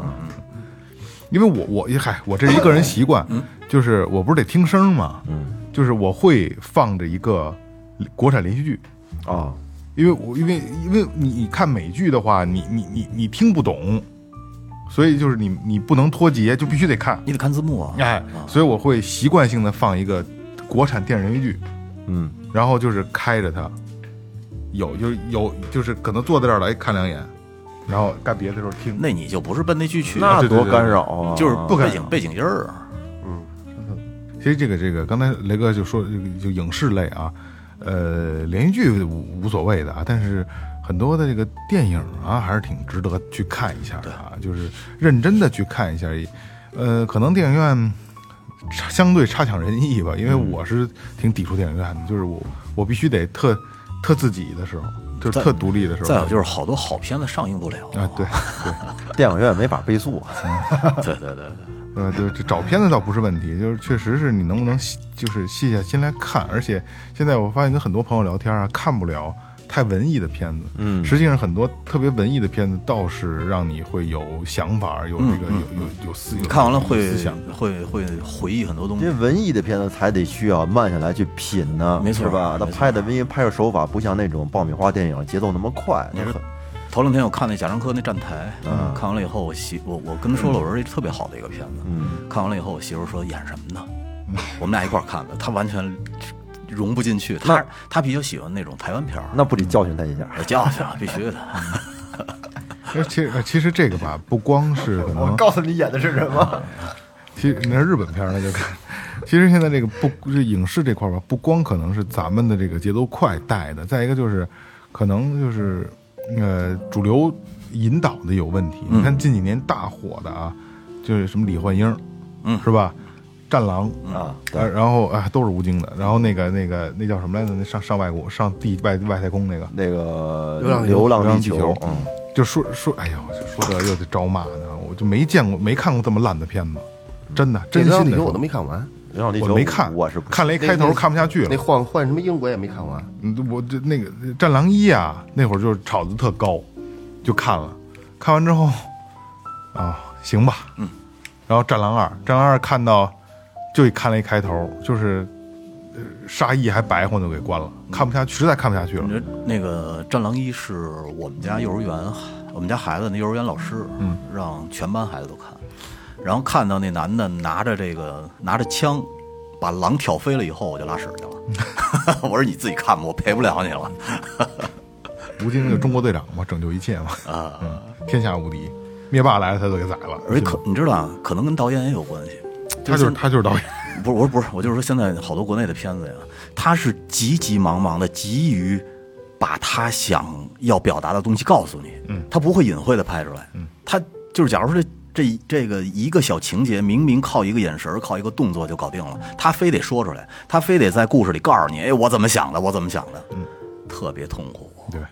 S1: 因为我我哎嗨，我这是一个人习惯，就是我不是得听声嘛，
S5: 嗯
S1: 就是我会放着一个国产连续剧，
S5: 哦，
S1: 因为我因为因为你你看美剧的话，你你你你听不懂，所以就是你你不能脱节，就必须得看。
S4: 你得看字幕啊！
S1: 哎，所以我会习惯性的放一个国产电视连续剧，
S5: 嗯，
S1: 然后就是开着它，有就是有就是可能坐在这儿来看两眼，然后干别的时候听。
S4: 那你就不是奔那剧去，
S5: 那
S1: 对对
S5: 多
S1: 对
S5: 干扰啊！
S4: 就是
S1: 不敢
S4: 背景背景音儿啊。
S1: 其实这个这个，刚才雷哥就说这个就影视类啊，呃，连续剧无无所谓的啊，但是很多的这个电影啊，还是挺值得去看一下的啊，就是认真的去看一下。呃，可能电影院差相对差强人意吧，因为
S4: 嗯
S1: 我是挺抵触电影院的，就是我我必须得特特自己的时候，就是
S4: 在
S1: 特独立的时候。
S4: 再有就是好多好片子上映不了
S1: 啊，对，
S5: 电影院没法倍速啊，
S4: 对对对对，
S1: 呃，对，这找片子倒不是问题，就是确实是你能不能细就是卸下心来看，而且现在我发现跟很多朋友聊天啊，看不了太文艺的片子，嗯，实际上很多特别文艺的片子倒是让你会有想法，有这个、有有有思，有
S4: 嗯看完了会
S1: 思想，
S4: 会会回忆很多东
S5: 因为
S4: 西。
S5: 文艺的片子才得需要慢下来去品呢，
S4: 没错
S5: 是吧？他
S4: 没错
S5: 拍的因为拍摄手法不像那种爆米花电影节奏那么快，那很
S4: 头两天我看那贾樟柯那站台，看完了以后，我媳我我跟他说了，我说这特别好的一个片子。
S5: 嗯
S4: 看完了以后，我媳妇说演什么呢？我们俩一块儿看的，她完全融不进去。她她比较喜欢那种台湾片儿，
S5: 那不得教训他一下？
S4: 我教训啊，必须的。
S1: 而且呃其实这个吧，不光是可能
S5: 诉你演的是什么？
S1: 其实那是日本片儿那就看。 其实现在这个不这影视这块儿吧，不光可能是咱们的这个节奏快带的，再一个就是可能就是呃主流引导的有问题。你看近几年大火的啊，就是什么李焕英，嗯，是吧？战狼
S5: 啊，
S1: 呃然后啊、都是吴京的，然后那个那个那叫什么来着？那上上外国上地外外太空那个，
S5: 那个
S2: 流浪地球
S5: 流浪
S1: 流浪
S5: 球
S1: 地球，
S5: 嗯，
S1: 就说说，哎呦，就说这又得招骂呢，我就没见过没看过这么烂的片子，真的，真
S2: 这张
S1: 心
S2: 地
S1: 的
S2: 球我都没看完，
S5: 流浪地
S1: 我
S5: 球
S1: 没看，
S5: 我是不
S1: 看了一开头
S2: 那
S1: 看不下去
S2: 那
S1: 了。
S2: 换换什么英国也没看完。
S1: 嗯我这那个《战狼一》啊，那会儿就是炒的特高，就看了。看哦完之后，啊，行吧，嗯。然后《战狼二》，《战狼二》看到就看了一开头，就是呃沙溢还白话就给关了，看不下去，实在看不下去了
S4: 你。说那个《战狼一》是我们家幼儿园，我们家孩子那幼儿园老师，嗯，让全班孩子都看，然后看到那男的拿着这个拿着枪把狼挑飞了以后，我就拉屎去了。 我说你自己看吧，我陪不了你了。
S1: 吴京那个中国队长嘛，拯救一切嘛，
S4: 啊
S1: 嗯，天下无敌。灭霸来了，他都给宰了。
S4: 而且可你知道啊，可能跟导演也有关系。
S1: 他就是他就是导演，
S4: 不是，我说不是，我就是说现在好多国内的片子呀，他是急急忙忙的，急于把他想要表达的东西告诉你，嗯，他不会隐晦的拍出来，嗯，他就是假如说这这这个一个小情节，明明靠一个眼神儿，靠一个动作就搞定了，他非得说出来，他非得在故事里告诉你，哎，我怎么想的，我怎么想的，嗯，特别痛苦，
S1: 对吧？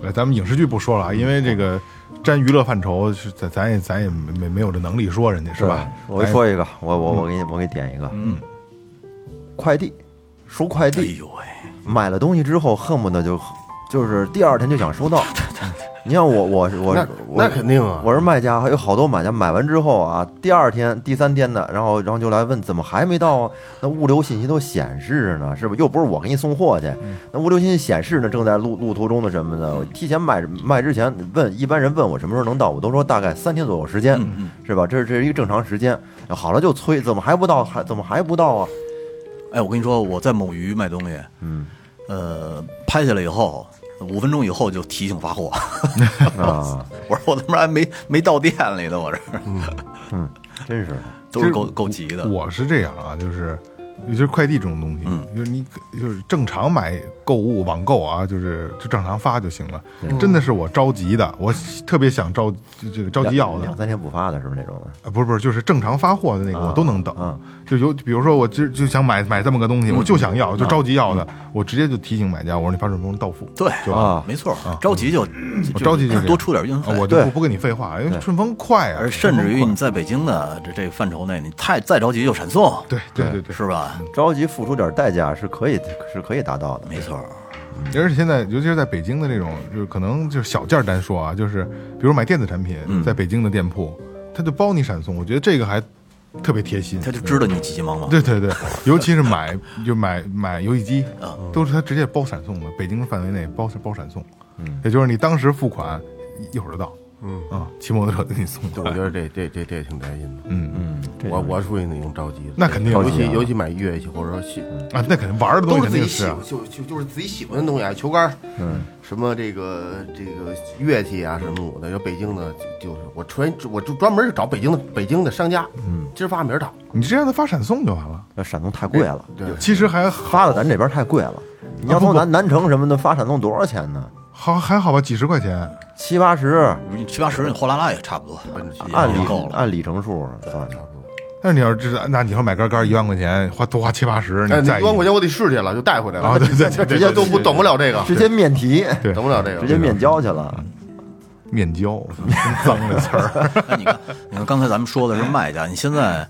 S1: 来，咱们影视剧不说了啊，因为这个沾娱乐范畴，是咱咱也咱也没没没有这能力说人家是吧？
S5: 对我
S1: 咱也
S5: 说一个，我我我给你我给你点一个，嗯，快递，收快
S4: 哎
S5: 递，
S4: 呦喂、
S5: 买了东西之后恨不得就就是第二天就想收 到。你像我我我
S2: 那
S5: 我
S2: 那肯定啊，
S5: 我是卖家，还有好多买家买完之后啊，第二天、第三天的，然后然后就来问怎么还没到啊？那物流信息都显示呢，是吧？又不是我给你送货去，
S2: 嗯
S5: 那物流信息显示呢，正在路路途中的什么的。我提前买卖之前问一般人问我什么时候能到，我都说大概三天左右时间，
S2: 嗯
S5: 是吧？这是这是一个正常时间。好了就催，怎么还不到？还怎么还不到啊？
S4: 哎，我跟你说，我在某鱼卖东西，嗯，呃，拍下来以后，五分钟以后就提醒发货。
S5: 啊，
S4: 我说我他妈还没没到店里呢，我这
S5: 嗯，真是的
S4: 都是够够急的。
S1: 哎我是这样啊，就是尤其是快递这种东西，
S5: 嗯
S1: 就是你就是正常买购物网购啊，就是就正常发就行了。
S5: 嗯
S1: 真的是我着急的，我特别想着就这个着急要的
S5: 两，三天不发的是不是那种的？
S1: 啊，不是不是，就是正常发货的那个，我都能等。
S5: 嗯
S1: 就有比如说，我就就想买买这么个东西，我就想要，
S5: 啊
S1: 就着急要的，我直接就提醒买家，我说你把顺丰到付。
S4: 对
S1: 就完了
S5: 啊，
S4: 没错，着急就
S1: 嗯我
S4: 就
S1: 着急就这样
S4: 多出点运
S1: 啊
S4: 费。
S1: 我就不
S5: 对
S1: 不跟你废话，因为顺丰快啊
S4: 而，甚至
S1: 顺
S4: 于
S1: 丰
S4: 你在北京的这这范畴内，你太再着急就闪送，
S1: 快对对对嗯对，
S4: 是吧？
S5: 着急付出点代价是可以是可以达到的。
S4: 没错，
S1: 而且现在，尤其是在北京的这种，就是可能就是小件儿单说啊，就是比如买电子产品，
S4: 嗯
S1: 在北京的店铺，他就包你闪送，我觉得这个还特别贴心。
S4: 他就知道你急急忙忙。
S1: 对对对，尤其是买就买买游戏机，
S4: 嗯
S1: 都是他直接包闪送的，北京范围内包包闪送，
S4: 嗯
S1: 也就是你当时付款，一会儿就到，嗯啊，骑摩托车给你送
S2: 对
S1: 过
S2: 我觉
S1: 来，
S2: 得这这这这挺担心的。
S1: 嗯嗯
S2: 我我属于那种着急的，
S1: 那肯定
S2: 尤
S1: 着急
S2: 其
S1: 啊
S2: 尤其买乐器或者说喜
S1: 啊，那肯定玩儿的东
S2: 都是
S1: 西肯
S2: 自己
S1: 定
S2: 喜
S1: 是啊
S2: 欢，就就就是自己喜欢的东西啊，球杆儿，嗯，什么这个这个乐器啊什么我的，要北京的就就是我专我就专门找北京的北京的商家，嗯，今儿发明儿找，
S1: 你直接让他发闪送就完了。
S5: 那呃闪送太贵了。
S1: 其实还好
S5: 发的咱这边太贵
S1: 啊
S5: 了。你要从南南城什么的发闪送多少钱呢？
S1: 好还好吧，几十块钱，
S5: 七八十，
S4: 你七八十，你货拉拉也差不多，
S1: 啊
S2: 啊
S5: 按
S4: 也
S5: 里
S4: 够了。
S5: 按里程数算
S2: 哎
S5: 的。
S1: 但是你要知道，那你说买根杆一万块钱，花多花七八十，
S2: 哎，
S1: 你在
S2: 那
S1: 意
S2: 一万块钱我得试去了，就带回来
S1: 啊
S2: 了，
S1: 对对对
S2: 直接都不懂不了这个，
S5: 直接面提，
S1: 啊对
S2: 懂不了这个，
S5: 直接面交去了。
S1: 面交， 真脏这词儿。
S4: 哎你看，你看刚才咱们说的是卖家，你现在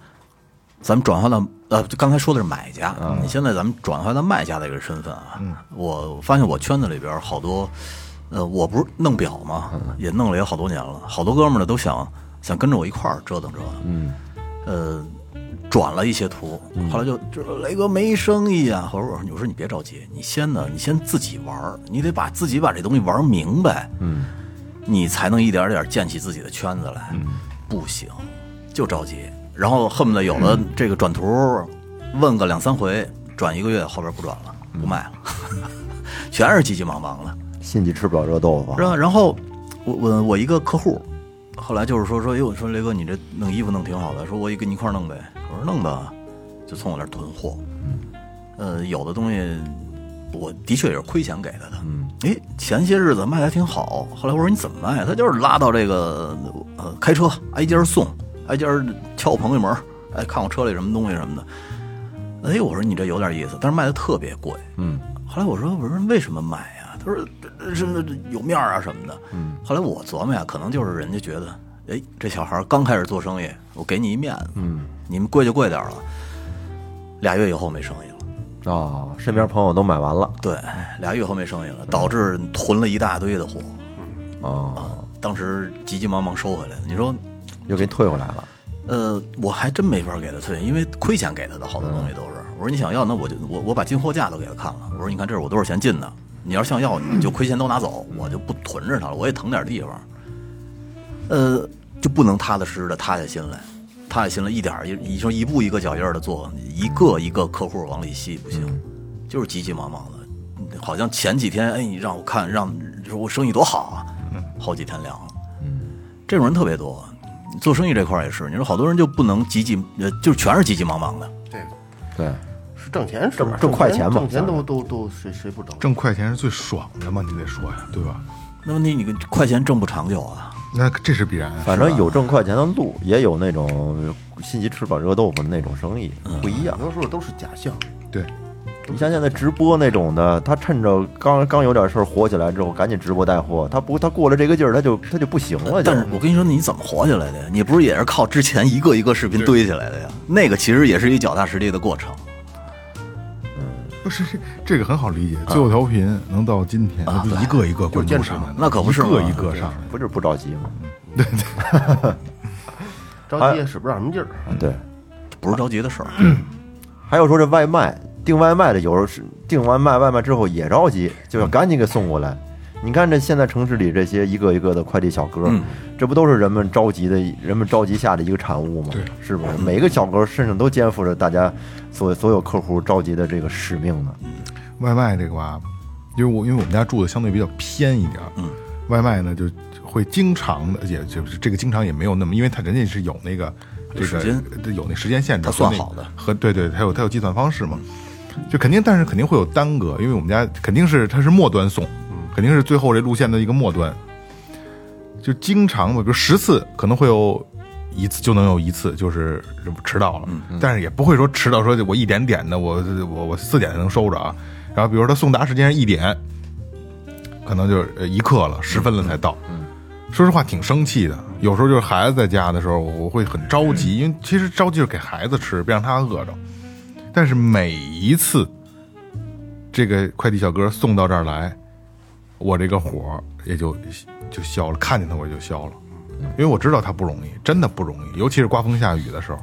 S4: 咱们转换到呃，就刚才说的是买家，你现在咱们转换到卖家的这个身份啊，我发现我圈子里边好多，呃，我不是弄表嘛，也弄了也好多年了，好多哥们儿呢都想想跟着我一块儿折腾折腾，嗯，呃。转了一些图，后来就这雷哥没生意啊。或者我说，我说你别着急，你先呢，你先自己玩儿，你得把自己把这东西玩明白。嗯，你才能一点点建起自己的圈子来。不行，就着急，然后恨不得有了这个转图，问个两三回，转一个月，后边不转了，不卖了， 全是急急忙忙的。
S5: 心急吃不了热豆腐
S4: 然，后，然后我我我一个客户，后来就是说说，哟，说雷哥你这弄衣服弄挺好的，说我也跟你一块儿弄呗。我说弄吧，就从我那儿囤货。呃，有的东西我的确也是亏钱给他的。嗯，哎，前些日子卖的还挺好，后来我说你怎么卖啊？他就是拉到这个呃开车挨家儿送，挨家儿敲我朋友门儿，哎，看我车里什么东西什么的。哎，我说你这有点意思，但是卖的特别贵。嗯，后来我说我说为什么卖呀、他说这这这有面儿啊什么的。嗯，后来我琢磨呀，可能就是人家觉得，哎，这小孩儿刚开始做生意，我给你一面子，嗯，你们贵就贵点儿了。俩月以后没生意了。
S5: 啊，身边朋友都买完了
S4: 对，俩月以后没生意了，导致囤了一大堆的货，
S5: 啊，
S4: 当时急急忙忙收回来的。你说
S5: 又给退回来了。
S4: 呃，我还真没法给他退，因为亏钱给他的好多东西都是。我说你想要，那我就我我把进货价都给他看了。我说你看这是我多少钱进的，你要是想要，你就亏钱都拿走，我就不囤着它了，我也腾点地方。呃，就不能踏踏实实的踏下心来，踏下心来一点儿一你说一步一个脚印的做，一个一个客户往里吸不行，就是急急忙忙的，好像前几天哎你让我看让你说我生意多好啊，好几天凉了，这种人特别多。做生意这块儿也是，你说好多人就不能急急呃，就全是急急忙忙的，
S2: 对，
S5: 对，
S2: 是挣钱是吧
S5: 挣挣快钱嘛
S2: 挣钱都都都谁谁不挣？
S1: 挣快钱是最爽的嘛，你得说呀，对吧？
S4: 那问题你快钱挣不长久啊。
S1: 那这是必然啊。
S5: 反正有挣快钱的路，也有那种心急吃饱热豆腐的那种生意，不一样
S2: 很。多时候都是假象，
S1: 对，
S5: 你像现在直播那种的，他趁着刚刚有点事儿火起来之后，赶紧直播带货。他不，他过了这个劲儿，他就他就不行了。就
S4: 但是我跟你说，你怎么火起来的呀？你不是也是靠之前一个一个视频堆起来的呀？那个其实也是一脚踏实地的过程。
S1: 不是这这个很好理解。最后调频能到今天，
S4: 啊
S1: 那就一个一个关注上来的，
S4: 那可不是
S1: 一
S4: 嘛
S1: 个一个上来的。
S5: 不是不着急吗？
S2: 着急也使不上什么劲儿。
S4: 嗯
S5: 对，
S4: 不是着急的事儿。
S5: 还有说这外卖订外卖的，有时候是订完卖外卖之后也着急，就
S4: 嗯
S5: 要赶紧给送过来。你看这现在城市里这些一个一个的快递小哥，
S4: 嗯
S5: 这不都是人们着急的、人们着急下的一个产物吗？
S1: 对，
S5: 是不是？每个小哥身上都肩负着大家所所有客户着急的这个使命呢。
S4: 嗯
S1: 外卖这个吧，因为我因为我们家住的相对比较偏一点，嗯，外卖呢就会经常的，也就是这个经常也没有那么，因为他人家是有那个这个
S4: 时间
S1: 对有那时间限制，
S4: 他算好的
S1: 和对对，他有他有计算方式嘛，就肯定但是肯定会有耽搁，因为我们家肯定是它是末端送，
S4: 嗯
S1: 肯定是最后这路线的一个末端，就经常吧，比如十次可能会有一次就能有一次就是迟到
S4: 嗯
S1: 了，但是也不会说迟到说我一点点的，我我我四点才能收着啊。然后比如说他送达时间是一点，可能就是呃一刻了，十分了才到。说实话挺生气的，有时候就是孩子在家的时候，我会很着急，因为其实着急是给孩子吃，别让他饿着。但是每一次这个快递小哥送到这儿来，我这个火也就就消了，看见他我就消了，因为我知道他不容易，真的不容易，尤其是刮风下雨的时候。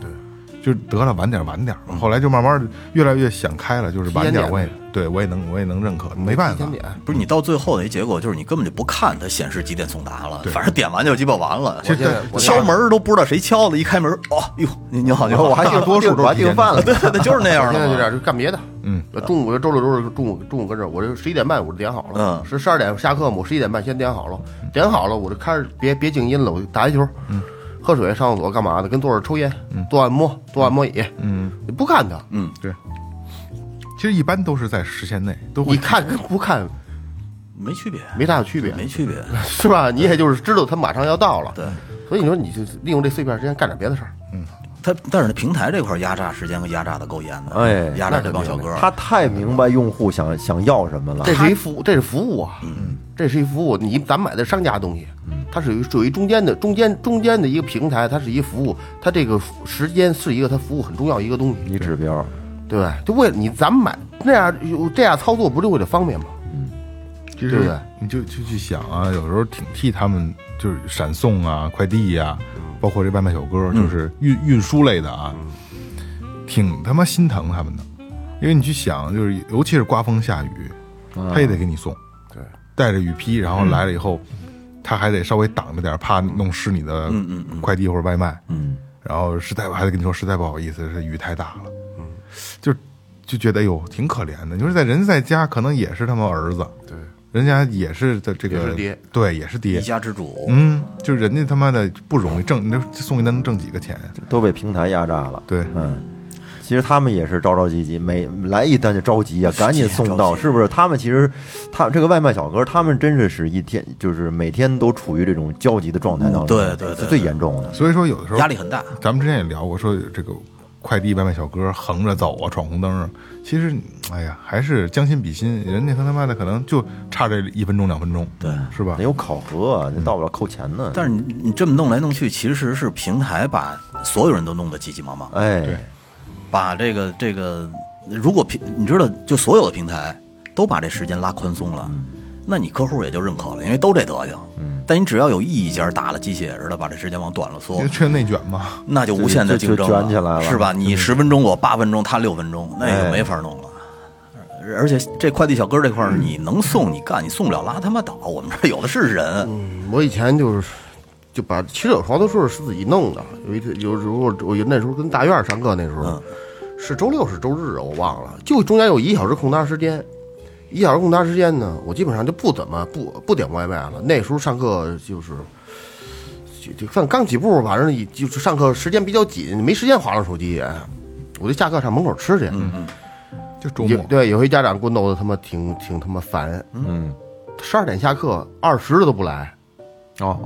S1: 就得了，晚点晚点吧。后来就慢慢越来越想开了，就是嗯晚点我也对我也能我也能认可，没办法
S2: 天。点
S4: 不是你到最后的一结果，就是你根本就不看它显示几点送达了，反正点完就鸡巴完了。
S1: 其实但
S4: 敲门儿都不知道谁敲的，一开门，哦哟，您您好，您好，。
S5: 我还
S1: 大
S5: 订
S1: 多数都是
S5: 我还
S1: 提前
S5: 订饭了
S4: 对对对，就是那样
S2: 现在就
S4: 的
S2: 这
S4: 嘛。
S2: 样，就干别的。呃
S1: 嗯，
S2: 中午周六周日中午中午跟这儿，我这十一点半我就点好了，
S4: 嗯
S2: 十十二点下课嘛，我十一点半先点好了，点好了我就开始别别静音了，我就打一球，嗯，喝水上厕所干嘛的，跟坐着抽烟，做按摩做按摩椅，嗯，你不看他，
S1: 其实一般都是在时限内，都
S2: 你
S1: 会
S2: 看跟不看
S4: 没区别，
S2: 没大区别，
S4: 没区别。
S2: 是吧？你也就是知道他马上要到了，
S4: 对，
S2: 所以你说你就利用这碎片时间干点别的事儿，
S4: 它但是那平台这块儿压榨时间和压榨的够严的，
S5: 哎
S4: 压榨这帮小哥儿。
S5: 他太明白用户想想要什么了
S2: 这，是一服务，这是服务啊，这是一服务。你咱买的商家东西，它属于属于中间的中间中间的一个平台，它是一个服务，它这个时间是一个它服务很重要一个东西，
S5: 一指标。
S2: 对吧？就为了你咱们买那样有这样操作，不就为了方便吗？对
S1: 其
S2: 不
S1: 实
S2: 对
S1: 你就就去想啊，有时候挺替他们就是闪送啊、快递呀、包括这外卖小哥，就是运、运输类的啊，挺他妈心疼他们的，因为你去想，就是尤其是刮风下雨，他也得给你送，
S2: 对，
S1: 带着雨披，然后来了以后，他还得稍微挡着点，怕弄湿你的快递或者外卖，嗯，然后实在还得跟你说实在不好意思，这雨太大了，嗯，就就觉得哟挺可怜的，就是在人在家可能也是他们儿子，对，人家也是的这
S2: 也
S1: 个
S2: 是爹
S1: 对，也是爹
S4: 一，家之主，
S1: 嗯，就是人家他妈的不容易挣，你这送给他能挣几个钱呀？
S5: 都被平台压榨了。
S1: 对
S5: 嗯，其实他们也是着着急急，每来一单就着急啊，赶紧送到，是不是？他们其实，他这个外卖小哥，他们真是是一天，就是每天都处于这种焦急的状态当中，
S4: 嗯对对对
S5: 是最严重的。
S1: 所以说有的时候
S4: 压力很大。
S1: 咱们之前也聊过，说这个快递外卖小哥横着走啊，闯红灯啊，其实，哎呀，还是将心比心，人家他他妈的可能就差这一分钟两分钟，对，是吧
S5: 得？有考核啊，那到不了扣钱呢。
S4: 嗯但是你你这么弄来弄去，其实是平台把所有人都弄得急急忙忙，
S5: 哎，
S4: 把这个这
S5: 嗯
S4: 个，如果平你知道，就所有的平台都把这时间拉宽松了，那你客户也就认可了，因为都这德行。嗯，但你只要有一家大的机器似的把这时间往短了
S1: 因
S4: 缩
S1: 为，缺内卷嘛。
S4: 那就无限的竞
S5: 就
S4: 争
S5: 就卷起来了嗯哎
S4: 是吧？你十分钟我八分钟，他六分钟，那也就没法弄了。而而且这快递小哥这块儿，
S5: 嗯
S4: 你能送你干，你送不了拉他妈倒。我们这儿有的是
S5: 嗯
S4: 人，
S2: 我以前就是就把，其实有好多时候是自己弄的。有一天有时候我有那时候跟大院儿上课那时候，
S1: 嗯
S2: 是周六是周日啊，我忘了，就中间有一小时空档时间。一小时空档时间呢，我基本上就不怎么不不点外卖了。那时候上课就是，就就算刚起步，反正也就是上课时间比较紧，没时间划拉手机也。我就下课上门口吃去。
S1: 就嗯周
S2: 有
S1: 末，
S2: 对，有回家长给我弄得他妈挺挺他妈烦。嗯，十二点下课，二十的都不来。
S1: 哦，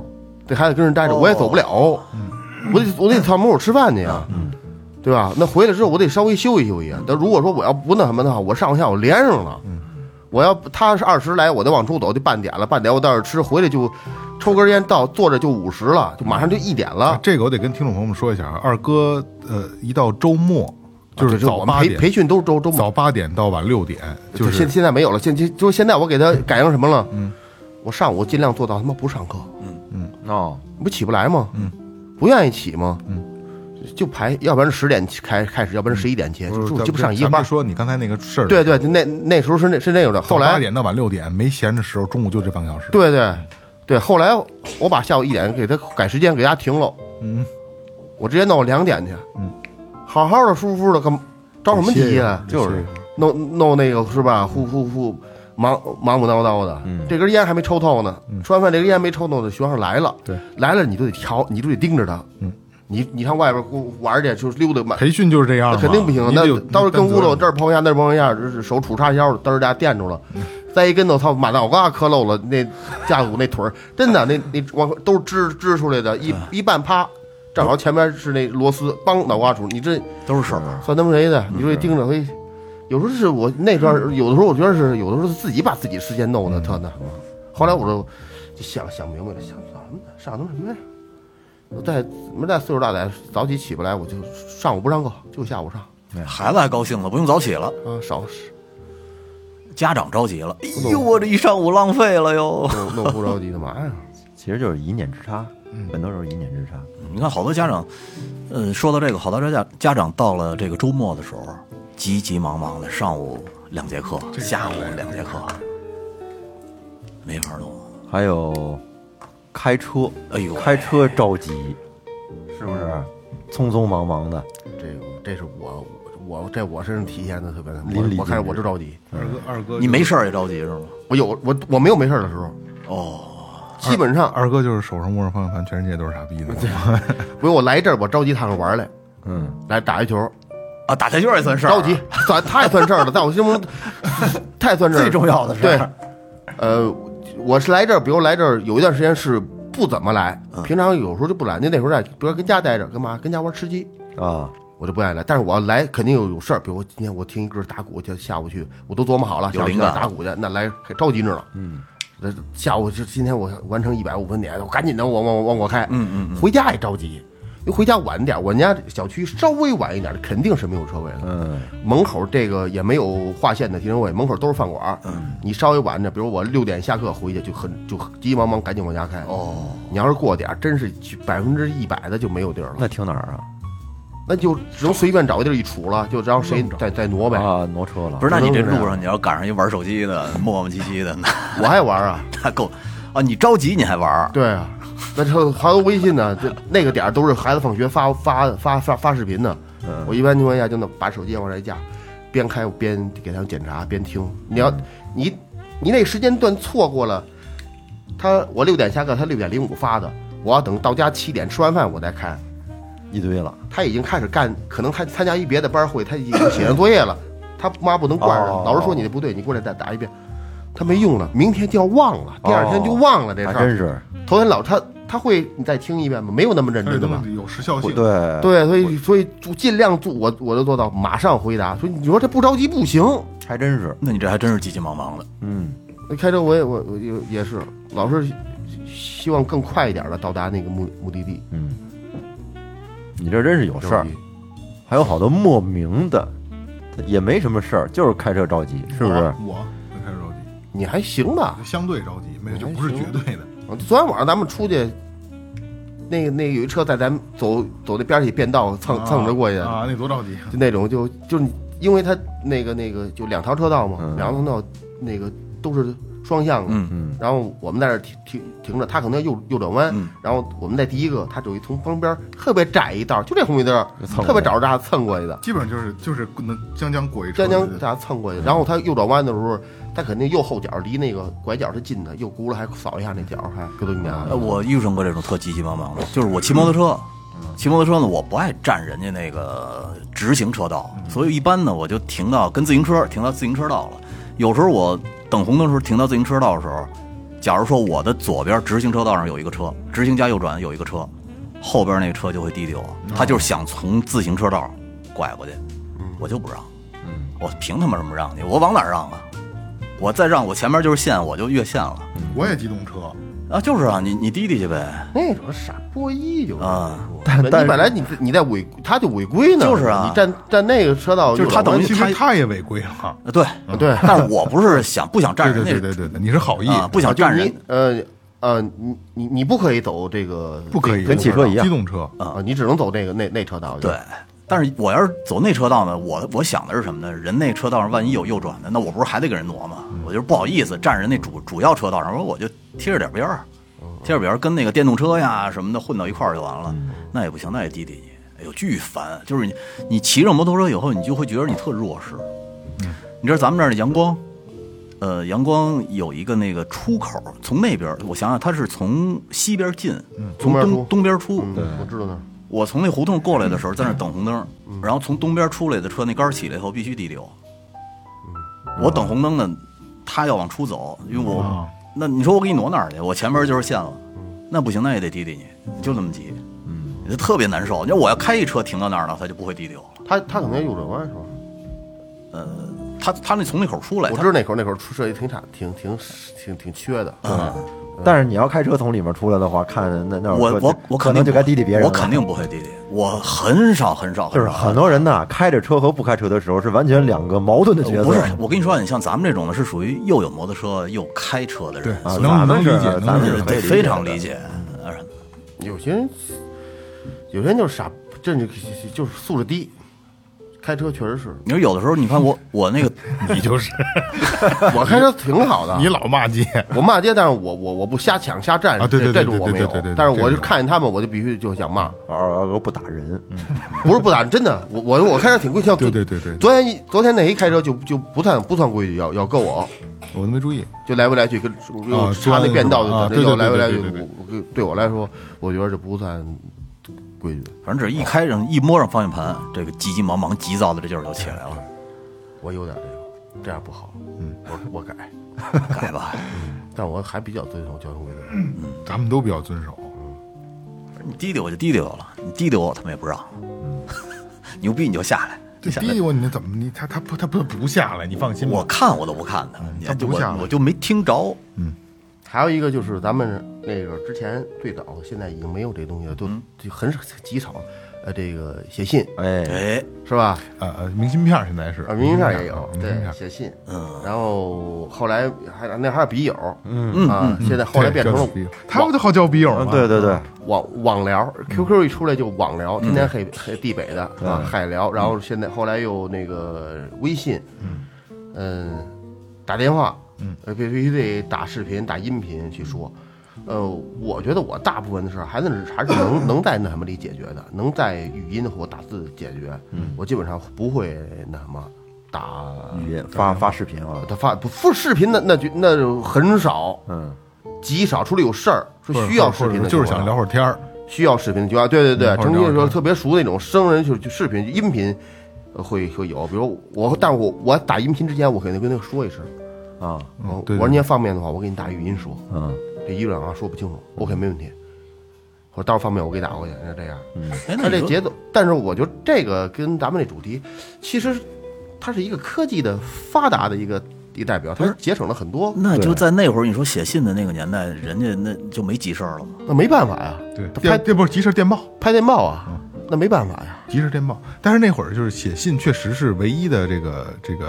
S2: 这孩子跟人待着，我也走不了，我得我得上门口吃饭去呀，
S1: 嗯
S2: 对吧？那回来之后我得稍微休息休息啊。但如果说我要不那什么的话，我上下午连上了，
S1: 嗯
S2: 我要他是二十来，我再往出走就半点了，半点我到这儿吃，回来就抽根烟到坐着就五十了，就马上就一点了
S1: 啊。这个我得跟听众朋友们说一下啊，二哥，呃，一到周末就是
S2: 这啊我
S1: 早
S2: 们
S1: 八
S2: 培培
S1: 点，
S2: 训都是周周末，
S1: 早八点到晚六点，就
S2: 现
S1: 是嗯
S2: 现在没有了，现现就现在我给他改成什么了？我上午尽量做到他妈不上课，
S5: 哦，
S2: 你不起不来吗？
S1: 嗯
S2: 不愿意起吗？就排，要不然十点起开开始，要不然十一点起，就
S1: 咱
S2: 就就不
S1: 咱
S2: 上一个
S1: 咱
S2: 班
S1: 别。说你刚才那个事儿，
S2: 对，对，那那时候是那是那种的。后
S1: 八
S2: 来，
S1: 点到晚六点没闲着时候，中午就这半个小时，，
S2: 对对对，后来我把下午一点给他改时间，给他停了。
S1: 嗯，
S2: 我直接弄两点去。
S1: 嗯，
S2: 好好的，舒服舒服的，干着什么急呀？
S1: 就是
S2: 弄弄那个是吧？呼呼呼，忙忙忙叨叨的。
S1: 嗯
S2: 这根烟还没抽透呢，吃完饭这根烟没抽透呢，学生来了，
S1: 对，
S2: 来了你就得调，你就得盯着他。嗯，你你上外边玩去，就是溜达满。
S1: 培训啊就是这样
S2: 那
S1: 嘛，
S2: 肯定不行，
S1: 你
S2: 那
S1: 得有
S2: 到时候跟屋头
S1: 担
S2: 这
S1: 责
S2: 儿碰一下，那儿碰一下，这是手杵叉腰，嘚儿家垫住了，
S1: 嗯
S2: 再一跟头，操，马脑瓜磕漏了，那架骨那腿儿，真的那那往都是支支出来的，
S1: 嗯
S2: 一一半趴，正好前面是那螺丝，梆脑瓜杵，你这
S4: 都是事儿。
S2: 算他妈谁的？你
S1: 嗯
S2: 说这盯着，嘿，有时候是我那段儿，有的时候我觉得是，有的时候是自己把自己时间弄的
S1: 嗯
S2: 特那什么。后来我就就想想明白了，想怎么上他妈什么呀？我再怎么再岁数大点，早起起不来，我就上午不上课，就下午上。
S5: 嗯
S4: 孩子还高兴了，不用早起了。
S2: 啊，少
S4: 家长着急了，哎呦，我这一上午浪费了哟。
S2: 弄弄不着急干嘛呀？
S5: 其实就是一念之差，
S4: 嗯
S5: 很多时候一念之差。
S4: 你看，好多家长，呃，说到这个，好多家家长到了这个周末的时候，急急忙忙的，上午两节课，下午两节课，没法弄。
S5: 还有开车，
S4: 哎呦
S5: 开车着急，是不是？匆匆忙忙的，
S2: 这这是我我这我身上体现的特别的
S5: 淋漓
S2: 我我看
S5: 尽致
S2: 我就着急，
S1: 二哥，二哥，
S4: 你没事儿也着急是吗？
S2: 我有我我没有没事儿的时候，
S4: 哦，
S2: 基本上
S1: 二哥就是手上握着方向盘，全世界都是傻逼的。
S2: 不是我来这儿我着急趟着玩儿来，
S5: 嗯，
S2: 来打一球，
S4: 啊，打台球也算事儿，
S2: 着急，算太算事儿了，在我 心目中太算事儿了，
S4: 啊最重要的事
S2: 对
S4: 儿，
S2: 呃，我是来这儿，比如来这儿有一段时间是不怎么来，
S4: 嗯
S2: 平常有时候就不来，那那时候在比如说跟家待着干嘛，跟家玩吃鸡。
S5: 啊，
S2: 我就不爱来，但是我要来肯定有有事儿，比如我今天我听一歌打鼓去，下午去，我都琢磨好了，
S4: 有
S2: 下午去
S4: 灵感
S2: 打鼓去，那来还着急着呢。嗯，那下午就今天我完成一百五分点，我赶紧的往往往过开。嗯嗯，回家也着急，因为回家晚点，我们家小区稍微晚一点，肯定是没有车位的。嗯，门口这个也没有划线的停车位，门口都是饭馆。嗯，你稍微晚点，比如我六点下课回去，就很就急急忙忙赶紧往家开。哦，你要是过点儿，真是百分之一百的就没有地儿了。
S5: 那停哪儿啊
S2: 那就只能随便找个地儿一杵了，就然后谁再再挪
S5: 啊？
S2: 呗。
S5: 啊，挪车了，
S4: 不是？那你这
S2: 不能这
S4: 路
S2: 样
S4: 上你要赶上一玩手机的，磨磨唧唧的，那
S2: 我爱玩啊，
S4: 那够啊！你着急你还玩儿？
S2: 对啊，那这还有微信呢，这那个点儿都是孩子放学发发发发发视频呢。我一般情况下就能把手机往这一架，边开边给他们检查边听。你要你你那时间段错过了，他我六点下课，他六点零五发的，我要等到家七点吃完饭我再开。
S5: 一堆了，
S2: 他已经开始干，可能他参加一别的班会，他已经写上作业 了，他妈不能惯着，
S5: 哦
S2: 老师说你这不对，你过来再打一遍，他没用了，明天就要忘了，第二天就忘了这
S5: 哦还
S2: 事
S5: 真
S2: 儿。
S5: 是，
S2: 头天老他他会你再听一遍吗？没有那么认真的吧？
S1: 有时效
S5: 不对，
S2: 对，所以所以就尽量做，我我就做到马上回答。所以你说这不着急不行。
S5: 还真是，
S4: 那你这还真是急急忙忙的。
S5: 嗯，
S2: 开车我也我我也也是，老是希望更快一点的到达那个目目的地。
S5: 嗯你这真是有事儿，还有好多莫名的，也没什么事儿，就是开车着急，是不是？
S1: 我我开始着急，
S2: 你还行吧？
S1: 相对着急，没
S2: 哎
S1: 有就不是绝对的。
S2: 啊昨天晚上咱们出去，那个那个有一车在咱们走走那边儿起变道蹭蹭着过去，
S1: 啊，那多着急。
S2: 就那种就就是因为它那个那个就两条车道嘛，
S5: 嗯
S2: 两条通道那个都是双向的，
S4: 嗯
S5: 嗯
S2: 然后我们在这儿停停停着，他可能右右转弯，
S4: 嗯
S2: 然后我们在第一个，他就一从旁边特别窄一道，就这红绿灯，特别找着他蹭过去的，
S1: 基本上就是就是能将将过一车
S2: 将将
S1: 的。
S2: 他蹭过去，然后他右转弯的时候，他肯定右后角离那个拐角是近的，右轱辘还扫一下那角，还各种明白
S4: 呃，我遇上过这种特急急忙忙的，就是我骑摩托车，嗯骑摩托车呢，我不爱占人家那个直行车道，所以一般呢，我就停到跟自行车停到自行车道了。有时候我等红灯的时候停到自行车道的时候，假如说我的左边直行车道上有一个车，直行加右转有一个车，后边那车就会滴滴我，他就是想从自行车道拐过去，我就不让，我凭他妈什么让你？我往哪儿让啊？我再让我前面就是线，我就越线了
S1: 我也机动车，
S4: 啊！就是啊，你你滴滴去呗。
S2: 那种傻波一就是。
S4: 啊
S2: 但你
S5: 但是
S2: 本来你你在违，他就违规呢，
S4: 就是啊
S2: 你站站那个车道
S4: 就是他
S2: 右转弯
S4: 等于
S1: 其
S4: 他
S1: 实他也违规了。
S4: 呃，对，
S2: 对
S4: 但是我不是想不想
S1: 对
S4: 占
S1: 对
S4: 人
S1: 对
S4: 家
S1: 对对对，你是好意
S4: 啊，不想
S2: 就
S4: 占
S2: 是
S4: 人
S2: 你呃呃，你你你不可以走这个，
S1: 不可以
S5: 跟汽车一样
S1: 机动车
S2: 啊，你只能走那个那那车道。
S4: 对。但是我要是走那车道呢，我我想的是什么呢？人那车道上万一有右转的，那我不是还得给人挪吗？我就是不好意思占人那主主要车道上，我就贴着点边儿，
S2: 嗯
S4: 贴着边儿跟那个电动车呀什么的混到一块儿就完
S2: 嗯
S4: 了。那也不行，那也滴滴你，哎呦巨烦！就是你你骑上摩托车以后，你就会觉得你特弱势。
S2: 嗯
S4: 你知道咱们这儿的阳光，呃，阳光有一个那个出口，从那边儿我想想，它是从西边进，从
S2: 嗯东边
S4: 东
S2: 出
S4: 东边出，
S2: 嗯，我知道那儿。
S4: 我从那胡同过来的时候，在那
S5: 嗯
S4: 儿等红灯，然后从东边出来的车那杆儿起来以后必须滴溜。
S5: 嗯
S4: 我等红灯呢，他要往出走，因为我
S1: 啊
S5: 哦
S4: 那你说我给你挪哪儿去？我前面就是线了，
S5: 嗯
S4: 那不行，那也得滴滴你，就这么急，嗯，就特别难受。你说我要开一车停到那儿了，他就不会滴溜了。
S2: 他他可能右转弯是吧？
S4: 他他那从那口出来，
S2: 我
S4: 他
S2: 知道那口那口出设计挺差，挺挺挺挺缺的。
S4: 嗯
S5: 但是你要开车从里面出来的话，看那那
S4: 我我我
S5: 可
S4: 肯
S5: 能
S4: 定
S5: 就该滴滴别人了，
S4: 我肯定不会滴滴，我很少很少，
S5: 就是
S4: 少
S5: 很多人呐，开着车和不开车的时候是完全两个矛盾的角色。啊
S4: 不是，我跟你说，你像咱们这种呢，是属于又有摩托车又开车的人，
S5: 啊，
S1: 能
S5: 咱们
S1: 能
S5: 是
S1: 理解能
S5: 咱们
S1: 理
S5: 是
S1: 解
S5: 可以
S4: 嗯对，
S5: 的
S4: 非常理。解。呃
S2: 有些人有些人就是傻，这就就是素质低，开车确
S4: 。
S2: 实是
S4: 你说有的时候，你看我我那个，
S1: 你就是
S2: 我开车挺好的，
S1: 你老骂街，
S2: 我骂街，但是我我我不瞎抢瞎站
S1: 啊对对
S2: 这
S1: 对
S2: 这种我没有
S1: 对对对对对。
S2: 但是我就
S1: 这种
S2: 看见他们，我就必须就想骂，
S5: 而而而不打人，
S4: 嗯
S2: 不是不打，真的，我我我开车挺规矩。像
S1: 对对对对
S2: 昨天一昨天那一开车就就不太不算规矩，要要够我。
S1: 我都没注意。
S2: 就来回来去跟
S1: 啊
S2: 又插那变道，
S1: 啊
S2: 就
S1: 对对
S2: 又
S1: 对
S2: 来回来去
S1: 对对对，
S2: 我我对我来说，我觉得这不算规矩。
S4: 反正只一开上一摸上方向盘，这个急急忙忙、急躁的这劲儿就起来了，
S2: 我有点这个，这样不好。嗯，我我改，
S4: 改吧。
S2: 但我还比较遵守交通规则。
S1: 咱们都比较遵守，
S4: 你滴滴我就滴滴我了，你滴滴我他们也不让。牛逼你就下来，
S1: 这
S4: 你下
S1: 滴
S4: 来
S1: 滴我你怎么你他他不他不不下来，你放心吧。
S4: 我看我都不看他，你
S1: 他不
S4: 我
S1: 下来
S4: 我就没听着。
S2: 还有一个就是咱们那个之前最早，现在已经没有这东西了，
S4: 嗯
S2: 都就很少极少，呃，这个写信
S5: 哎，
S4: 哎，
S2: 是吧？
S1: 呃呃，明信片现在是
S2: 啊，明信片也有，
S1: 明信
S2: 对，
S1: 片
S2: 写信。
S4: 嗯，
S2: 然后后来还那还有笔友，
S4: 嗯
S2: 啊，现在后来变成了
S1: 对他不就好交笔友
S5: 嗯
S1: 吗？
S5: 对对对，
S2: 网网聊，QQ
S1: 嗯
S2: 一出来就网聊，天天黑黑地北的啊，海聊，
S1: 嗯
S2: 然后现在后来又那个微信，嗯，打电话，嗯，必须得打视频、打音频去说。呃，我觉得我大部分的事儿还是还是能能在那什么里解决的，能在语音或打字解决。
S1: 嗯
S2: 我基本上不会那什么打
S5: 语音发发视频啊，
S2: 他发不不视频的那就那就很少，
S5: 嗯，
S2: 极少，除了有事儿说
S1: 或者
S2: 需要视
S1: 或者
S2: 频的情况下，
S1: 就是想聊会儿天儿。
S2: 需要视频的就啊要对对对，
S1: 嗯
S2: 曾经
S1: 或者
S2: 说特别熟那种生人就就视频音频呃会会有，比如我，但是我我打音频之前，我肯定跟他说一声，
S5: 啊，
S1: 嗯
S2: 我
S1: 对对
S2: 哦我说您方便的话，我给你打语音说，
S5: 嗯，
S2: 这一个两个说不清楚，OK 没问题，我说到时候方便我给你打过去，是这样。
S4: 哎，那
S2: 他这
S4: 你说
S2: 节奏，但是我觉得这个跟咱们这主题，其实它是一个科技的发达的一个一个代表，它节省了很多，
S4: 那就在那会儿，你说写信的那个年代，人家那就没急事儿了吗？
S2: 那没办法呀，
S1: 对，
S2: 他
S1: 电
S2: 拍
S1: 电不是集市电报，
S2: 拍电报啊，那没办法呀。
S1: 集市电报。但是那会儿就是写信，确实是唯一的这个这个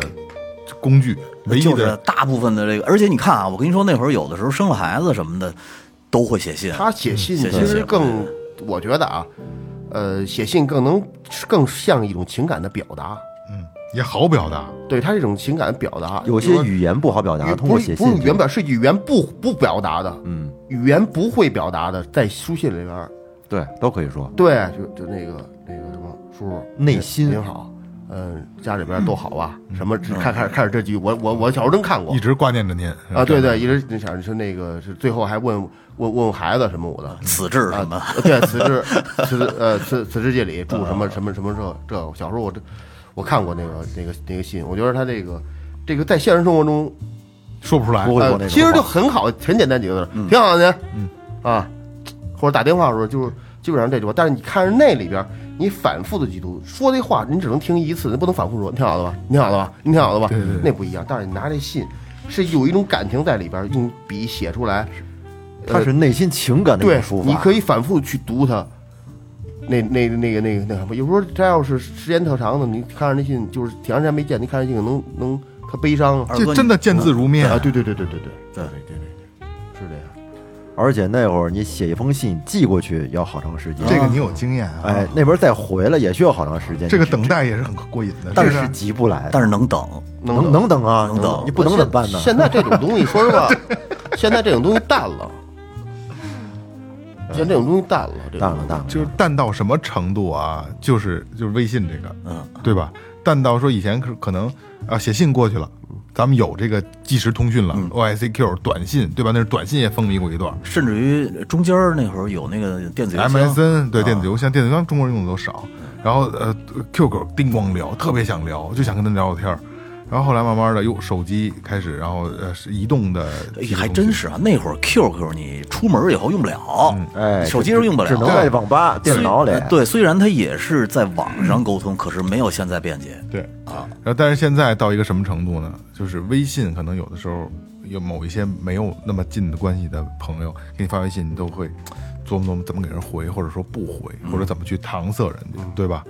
S1: 工具，唯一
S4: 就是
S1: 的
S4: 大部分的这个，而且你看啊，我跟你说，那会儿有的时候生了孩子什么的，都会写信。
S2: 他写信
S4: 写信
S2: 其
S4: 写
S2: 实
S4: 不
S2: 更，我觉得啊，呃，写信更能更像一种情感的表达，
S1: 嗯，也好表达。
S2: 对他这种情感的表达，
S5: 有些语言不好表达，
S2: 语不
S5: 通过
S2: 是
S5: 写
S2: 不是
S5: 信
S2: 语言表，是语言不不表达的，
S5: 嗯，
S2: 语言不会表达的，在书信里边儿，
S5: 对，都可以说。
S2: 对，就就那个那个什么叔叔，
S5: 内心嗯
S2: 您好，嗯，家里边儿都好吧？什么开开始开始这句，我我我小时候真看过
S1: 一直挂念着您
S2: 啊，对对，一直你想是那个是最后还问问问孩子什么我的，
S4: 此致什么？
S2: 啊？对，此 致此致呃此此致界里祝什么什么什么这这，小时候我这我看过那个那个那个信，我觉得他这个这个在现实生活中，
S1: 说不出来啊
S5: 不，会说那
S2: 呃，
S5: 种
S2: 其实
S5: 话
S2: 就很好，很简单几个字，挺好的，嗯啊，或者打电话的时候就是基本上这句话，但是你看着那里边。你反复的去读，说这话你只能听一次，你不能反复说。你听好了吧？你听好了吧？你听好了吧？
S1: 对对对
S2: 那不一样。但是你拿这信，是有一种感情在里边，用笔写出来，
S5: 它是内心情感的一
S2: 对
S5: 种，抒发。
S2: 你可以反复去读它。那那那个那个那什么，有时候这要是时间特长的，你看着那信就是挺长时间没见，你看着信能能特悲伤啊
S4: 二哥
S1: 这真的见字
S5: 哎
S1: 如面
S2: 啊！对对对对对对
S4: 对
S2: 对对对，是这样。
S5: 而且那会儿你写一封信寄过去要好长时间，
S1: 这个你有经验啊。
S5: 哎，那边再回来也需要好长时间。
S1: 这个
S5: 你
S1: 等待也是很过瘾的，
S5: 但
S1: 是
S5: 是急不来，
S4: 但是能等，
S5: 能能等啊，
S4: 能等
S5: 你不能怎么办呢？
S2: 现在这种东西，说实 话，现在这种东西淡了，现在这种东西淡了，这
S5: 淡
S2: 种
S5: 了淡了，
S1: 就是淡到什么程度啊？就是就是微信这个，
S4: 嗯，
S1: 对吧？淡到说以前可可能啊写信过去了，咱们有这个即时通讯了，OICQ
S4: 嗯
S1: 短信对吧？那是短信也风靡过一段儿
S4: 甚至于中间儿那会儿有那个电子邮箱
S1: 哎，MSN 对
S4: 啊嗯
S1: 电子邮箱，电子邮箱中国人用的都少。然后呃，QQ 叮咣聊，特别想聊，就想跟他聊聊天儿。然后后来慢慢的，哟，手机开始，然后呃，是移动的
S4: 哎
S1: 即时通讯，
S4: 还真是啊，那会儿 QQ 你出门以后用不了，
S5: 哎，
S4: 手机上用不了，
S5: 只能在网吧、电脑里
S4: 虽。呃对，虽然它也是在网上沟通，可是没有现在便捷。
S1: 对啊，然后但是现在到一个什么程度呢？就是微信可能有的时候有某一些没有那么近的关系的朋友给你发微信，你都会琢磨琢磨怎么给人回，或者说不回，或者怎么去搪塞人家，对吧？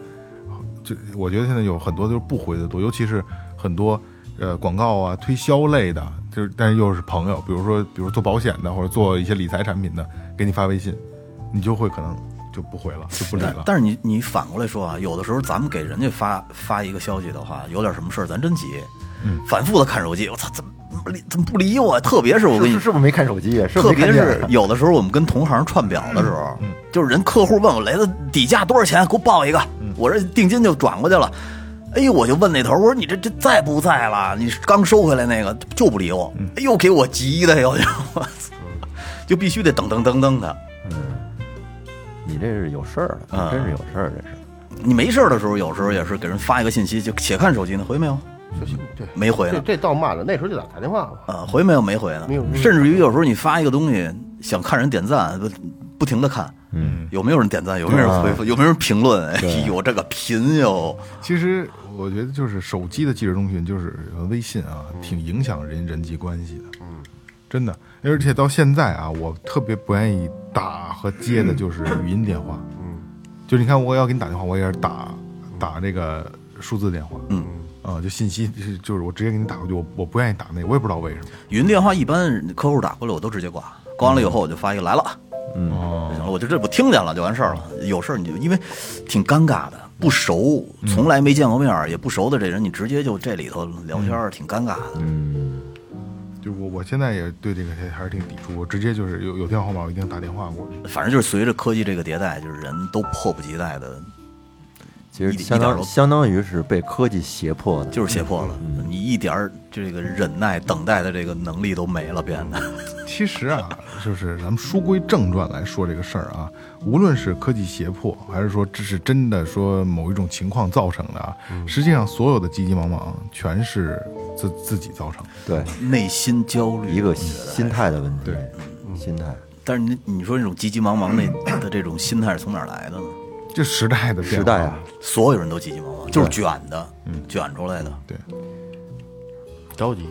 S1: 就我觉得现在有很多就是不回的多，尤其是很多呃广告啊、推销类的，就是但是又是朋友，比如说比如做保险的或者做一些理财产品的，给你发微信，你就会可能就不回了，就不理
S4: 但
S1: 了。
S4: 但是你你反过来说啊，有的时候咱们给人家发发一个消息的话，有点什么事儿，咱真急，反复的看手机，我操，怎么理怎么不理我啊？特别是我跟
S5: 是
S4: 你
S5: 是是不是没看手机？是不
S4: 特
S5: 是没
S4: 别
S5: 看见嗯
S4: 是有的时候我们跟同行串表的时候，就是人客户问我雷子底价多少钱，给我报一个，
S5: 嗯
S4: 我这定金就转过去了。哎呦，我就问那头，我说你这这在不在了？你刚收回来那个就不理我，
S5: 嗯
S4: 哎呦，给我急的哟，我就我操就必须得噔噔噔噔的。
S5: 你这是有事儿了，
S4: 嗯
S5: 真是有事儿，这是。
S4: 你没事儿的时候，有时候也是给人发一个信息，就且看手机呢，回没有？
S2: 就是
S5: 嗯
S2: 对，
S4: 没回
S2: 这
S4: 呢。
S2: 这倒慢了，那时候就打打电话吧。
S4: 呃，回没有？没回呢
S2: 没有。
S4: 甚至于有时候你发一个东西，想看人点赞，不不停的看，嗯，有没有人点赞？有没有人回复？有没有人评论？哎呦，这个贫哟！
S1: 其实我觉得就是手机的即时通讯，就是微信啊，挺影响人人际关系的。嗯，真的，而且到现在啊，我特别不愿意打和接的就是语音电话。嗯，就是你看我要给你打电话，我也是打打这个数字电话。嗯。啊、就信息就是就是我直接给你打过去，我我不愿意打那个，我也不知道为什么。
S4: 语音电话一般客户打过来，我都直接挂，挂完了以后我就发一个来了，
S1: 哦、
S4: 行了，我就这我听见了就完事儿了。有事儿你就因为挺尴尬的，不熟，从来没见过面儿，也不熟的这人，你直接就这里头聊天儿，挺尴尬的。
S1: 就我我现在也对这个还是挺抵触，我直接就是有有电话号码我一定打电话过去。
S4: 反正就是随着科技这个迭代，就是人都迫不及待的，
S5: 其实
S4: 一
S5: 相
S4: 一点儿
S5: 当
S4: 都
S5: 相当于是被科技胁迫的，
S4: 就是胁迫
S5: 嗯
S4: 了。你一点儿这个忍耐、等待的这个能力都没了，变得。
S1: 其实啊，就是咱们书归正传来说这个事儿啊，无论是科技胁迫，还是说这是真的说某一种情况造成的啊，实际上所有的急急忙忙全是自自己造成的。
S5: 对
S4: 内心焦虑
S5: 一个心态的问题，
S1: 嗯对，嗯
S5: 心态
S4: 但是你你说那种急急忙忙 那的这种心态是从哪儿来的呢？
S1: 这时代的变
S5: 时
S1: 化
S5: 代啊，
S4: 所有人都急急忙忙，就是卷的，
S5: 嗯
S4: 卷出来的。
S1: 对，
S2: 着急，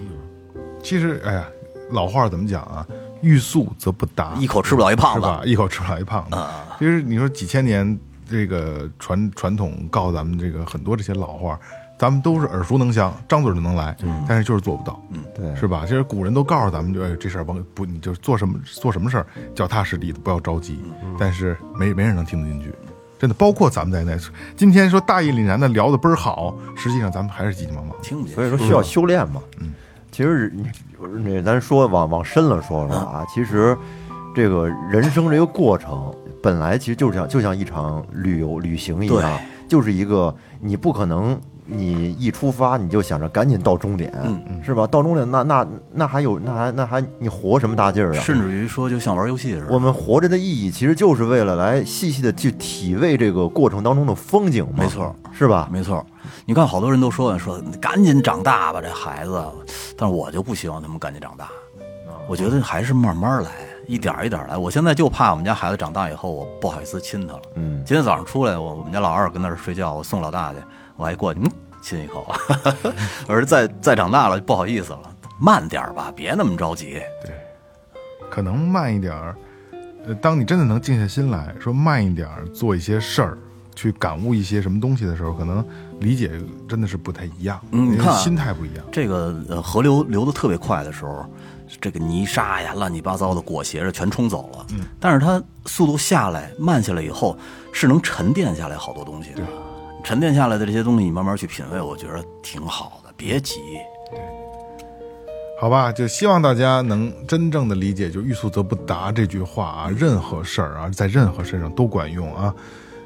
S1: 其实哎呀，老话怎么讲啊？欲速则不达，
S4: 一口吃不了一胖
S1: 是
S4: 子，
S1: 吧？一口吃不了一胖子。其实你说几千年这个传传统告诉咱们这个很多这些老话，咱们都是耳熟能详，张嘴就能来，但是就是做不到，
S5: 对
S1: 是吧？其实古人都告诉咱们，就哎这事儿甭不，你就是做什么做什么事儿脚踏实地的，不要着急。
S4: 嗯
S1: 但是没没人能听得进去，真的，包括咱们在内。今天说大义凛然的聊的倍儿好，实际上咱们还是急急忙忙。
S4: 听不见。
S5: 所以说需要修炼嘛。嗯，其实那咱说往往深了说了
S1: 嗯
S5: 啊，其实这个人生这个过程本来其实就像就像一场旅游旅行一样，就是一个你不可能。你一出发，你就想着赶紧到终点，是吧？到终点，那那那还有那还那还你活什么大劲儿 啊？
S4: 甚至于说，就像玩游戏似
S5: 我
S4: 的，
S5: 们活着的意义，其实就是为了来细细的去体味这个过程当中的风景嘛，
S4: 没错，
S5: 是吧？
S4: 没错。你看，好多人都说说赶紧长大吧，这孩子。但是我就不希望他们赶紧长大，
S5: 啊
S4: 我觉得还是慢慢来，一点儿一点儿来。我现在就怕我们家孩子长大以后，我不好意思亲他了。
S5: 嗯，
S4: 今天早上出来，我我们家老二跟那儿睡觉，我送老大去，我还过去，嗯，亲一口。 我说再再长大了，不好意思了，慢点儿吧，别那么着急。
S1: 可能慢一点儿，呃，当你真的能静下心来说慢一点儿做一些事儿，去感悟一些什么东西的时候，可能理解真的是不太一样，
S4: 嗯你
S1: 因为
S4: 看啊
S1: 心态不一样。
S4: 这个呃河流流的特别快的时候，这个泥沙呀、乱七八糟的裹挟着全冲走了。嗯，但是它速度下来慢下来以后，是能沉淀下来好多东西的。沉淀下来的这些东西，你慢慢去品味，我觉得挺好的。别急，
S1: 好吧，就希望大家能真正的理解“就欲速则不达”这句话啊，任何事儿啊，在任何事上都管用啊。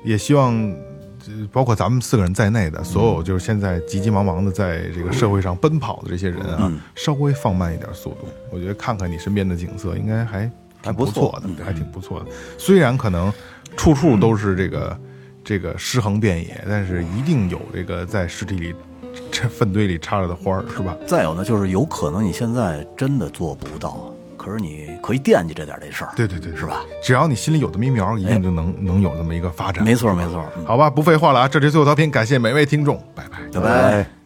S1: 也希望，呃包括咱们四个人在内的所有，就是现在急急忙忙的在这个社会上奔跑的这些人啊，稍微放慢一点速度。我觉得看看你身边的景色，应该还还不错嗯的，还挺不错的。虽然可能处处都是这个这个尸横遍野，但是一定有这个在尸体里、这粪堆里插着的花儿，是吧？
S4: 再有呢，就是有可能你现在真的做不到，可是你可以惦记着点儿这事儿。
S1: 对对对，
S4: 是吧？
S1: 只要你心里有这么一苗，一定就能、能有这么一个发展。
S4: 哎没错，没错。嗯
S1: 好吧，不废话了啊！这里是最后调频，感谢每位听众，拜拜。
S4: 拜拜。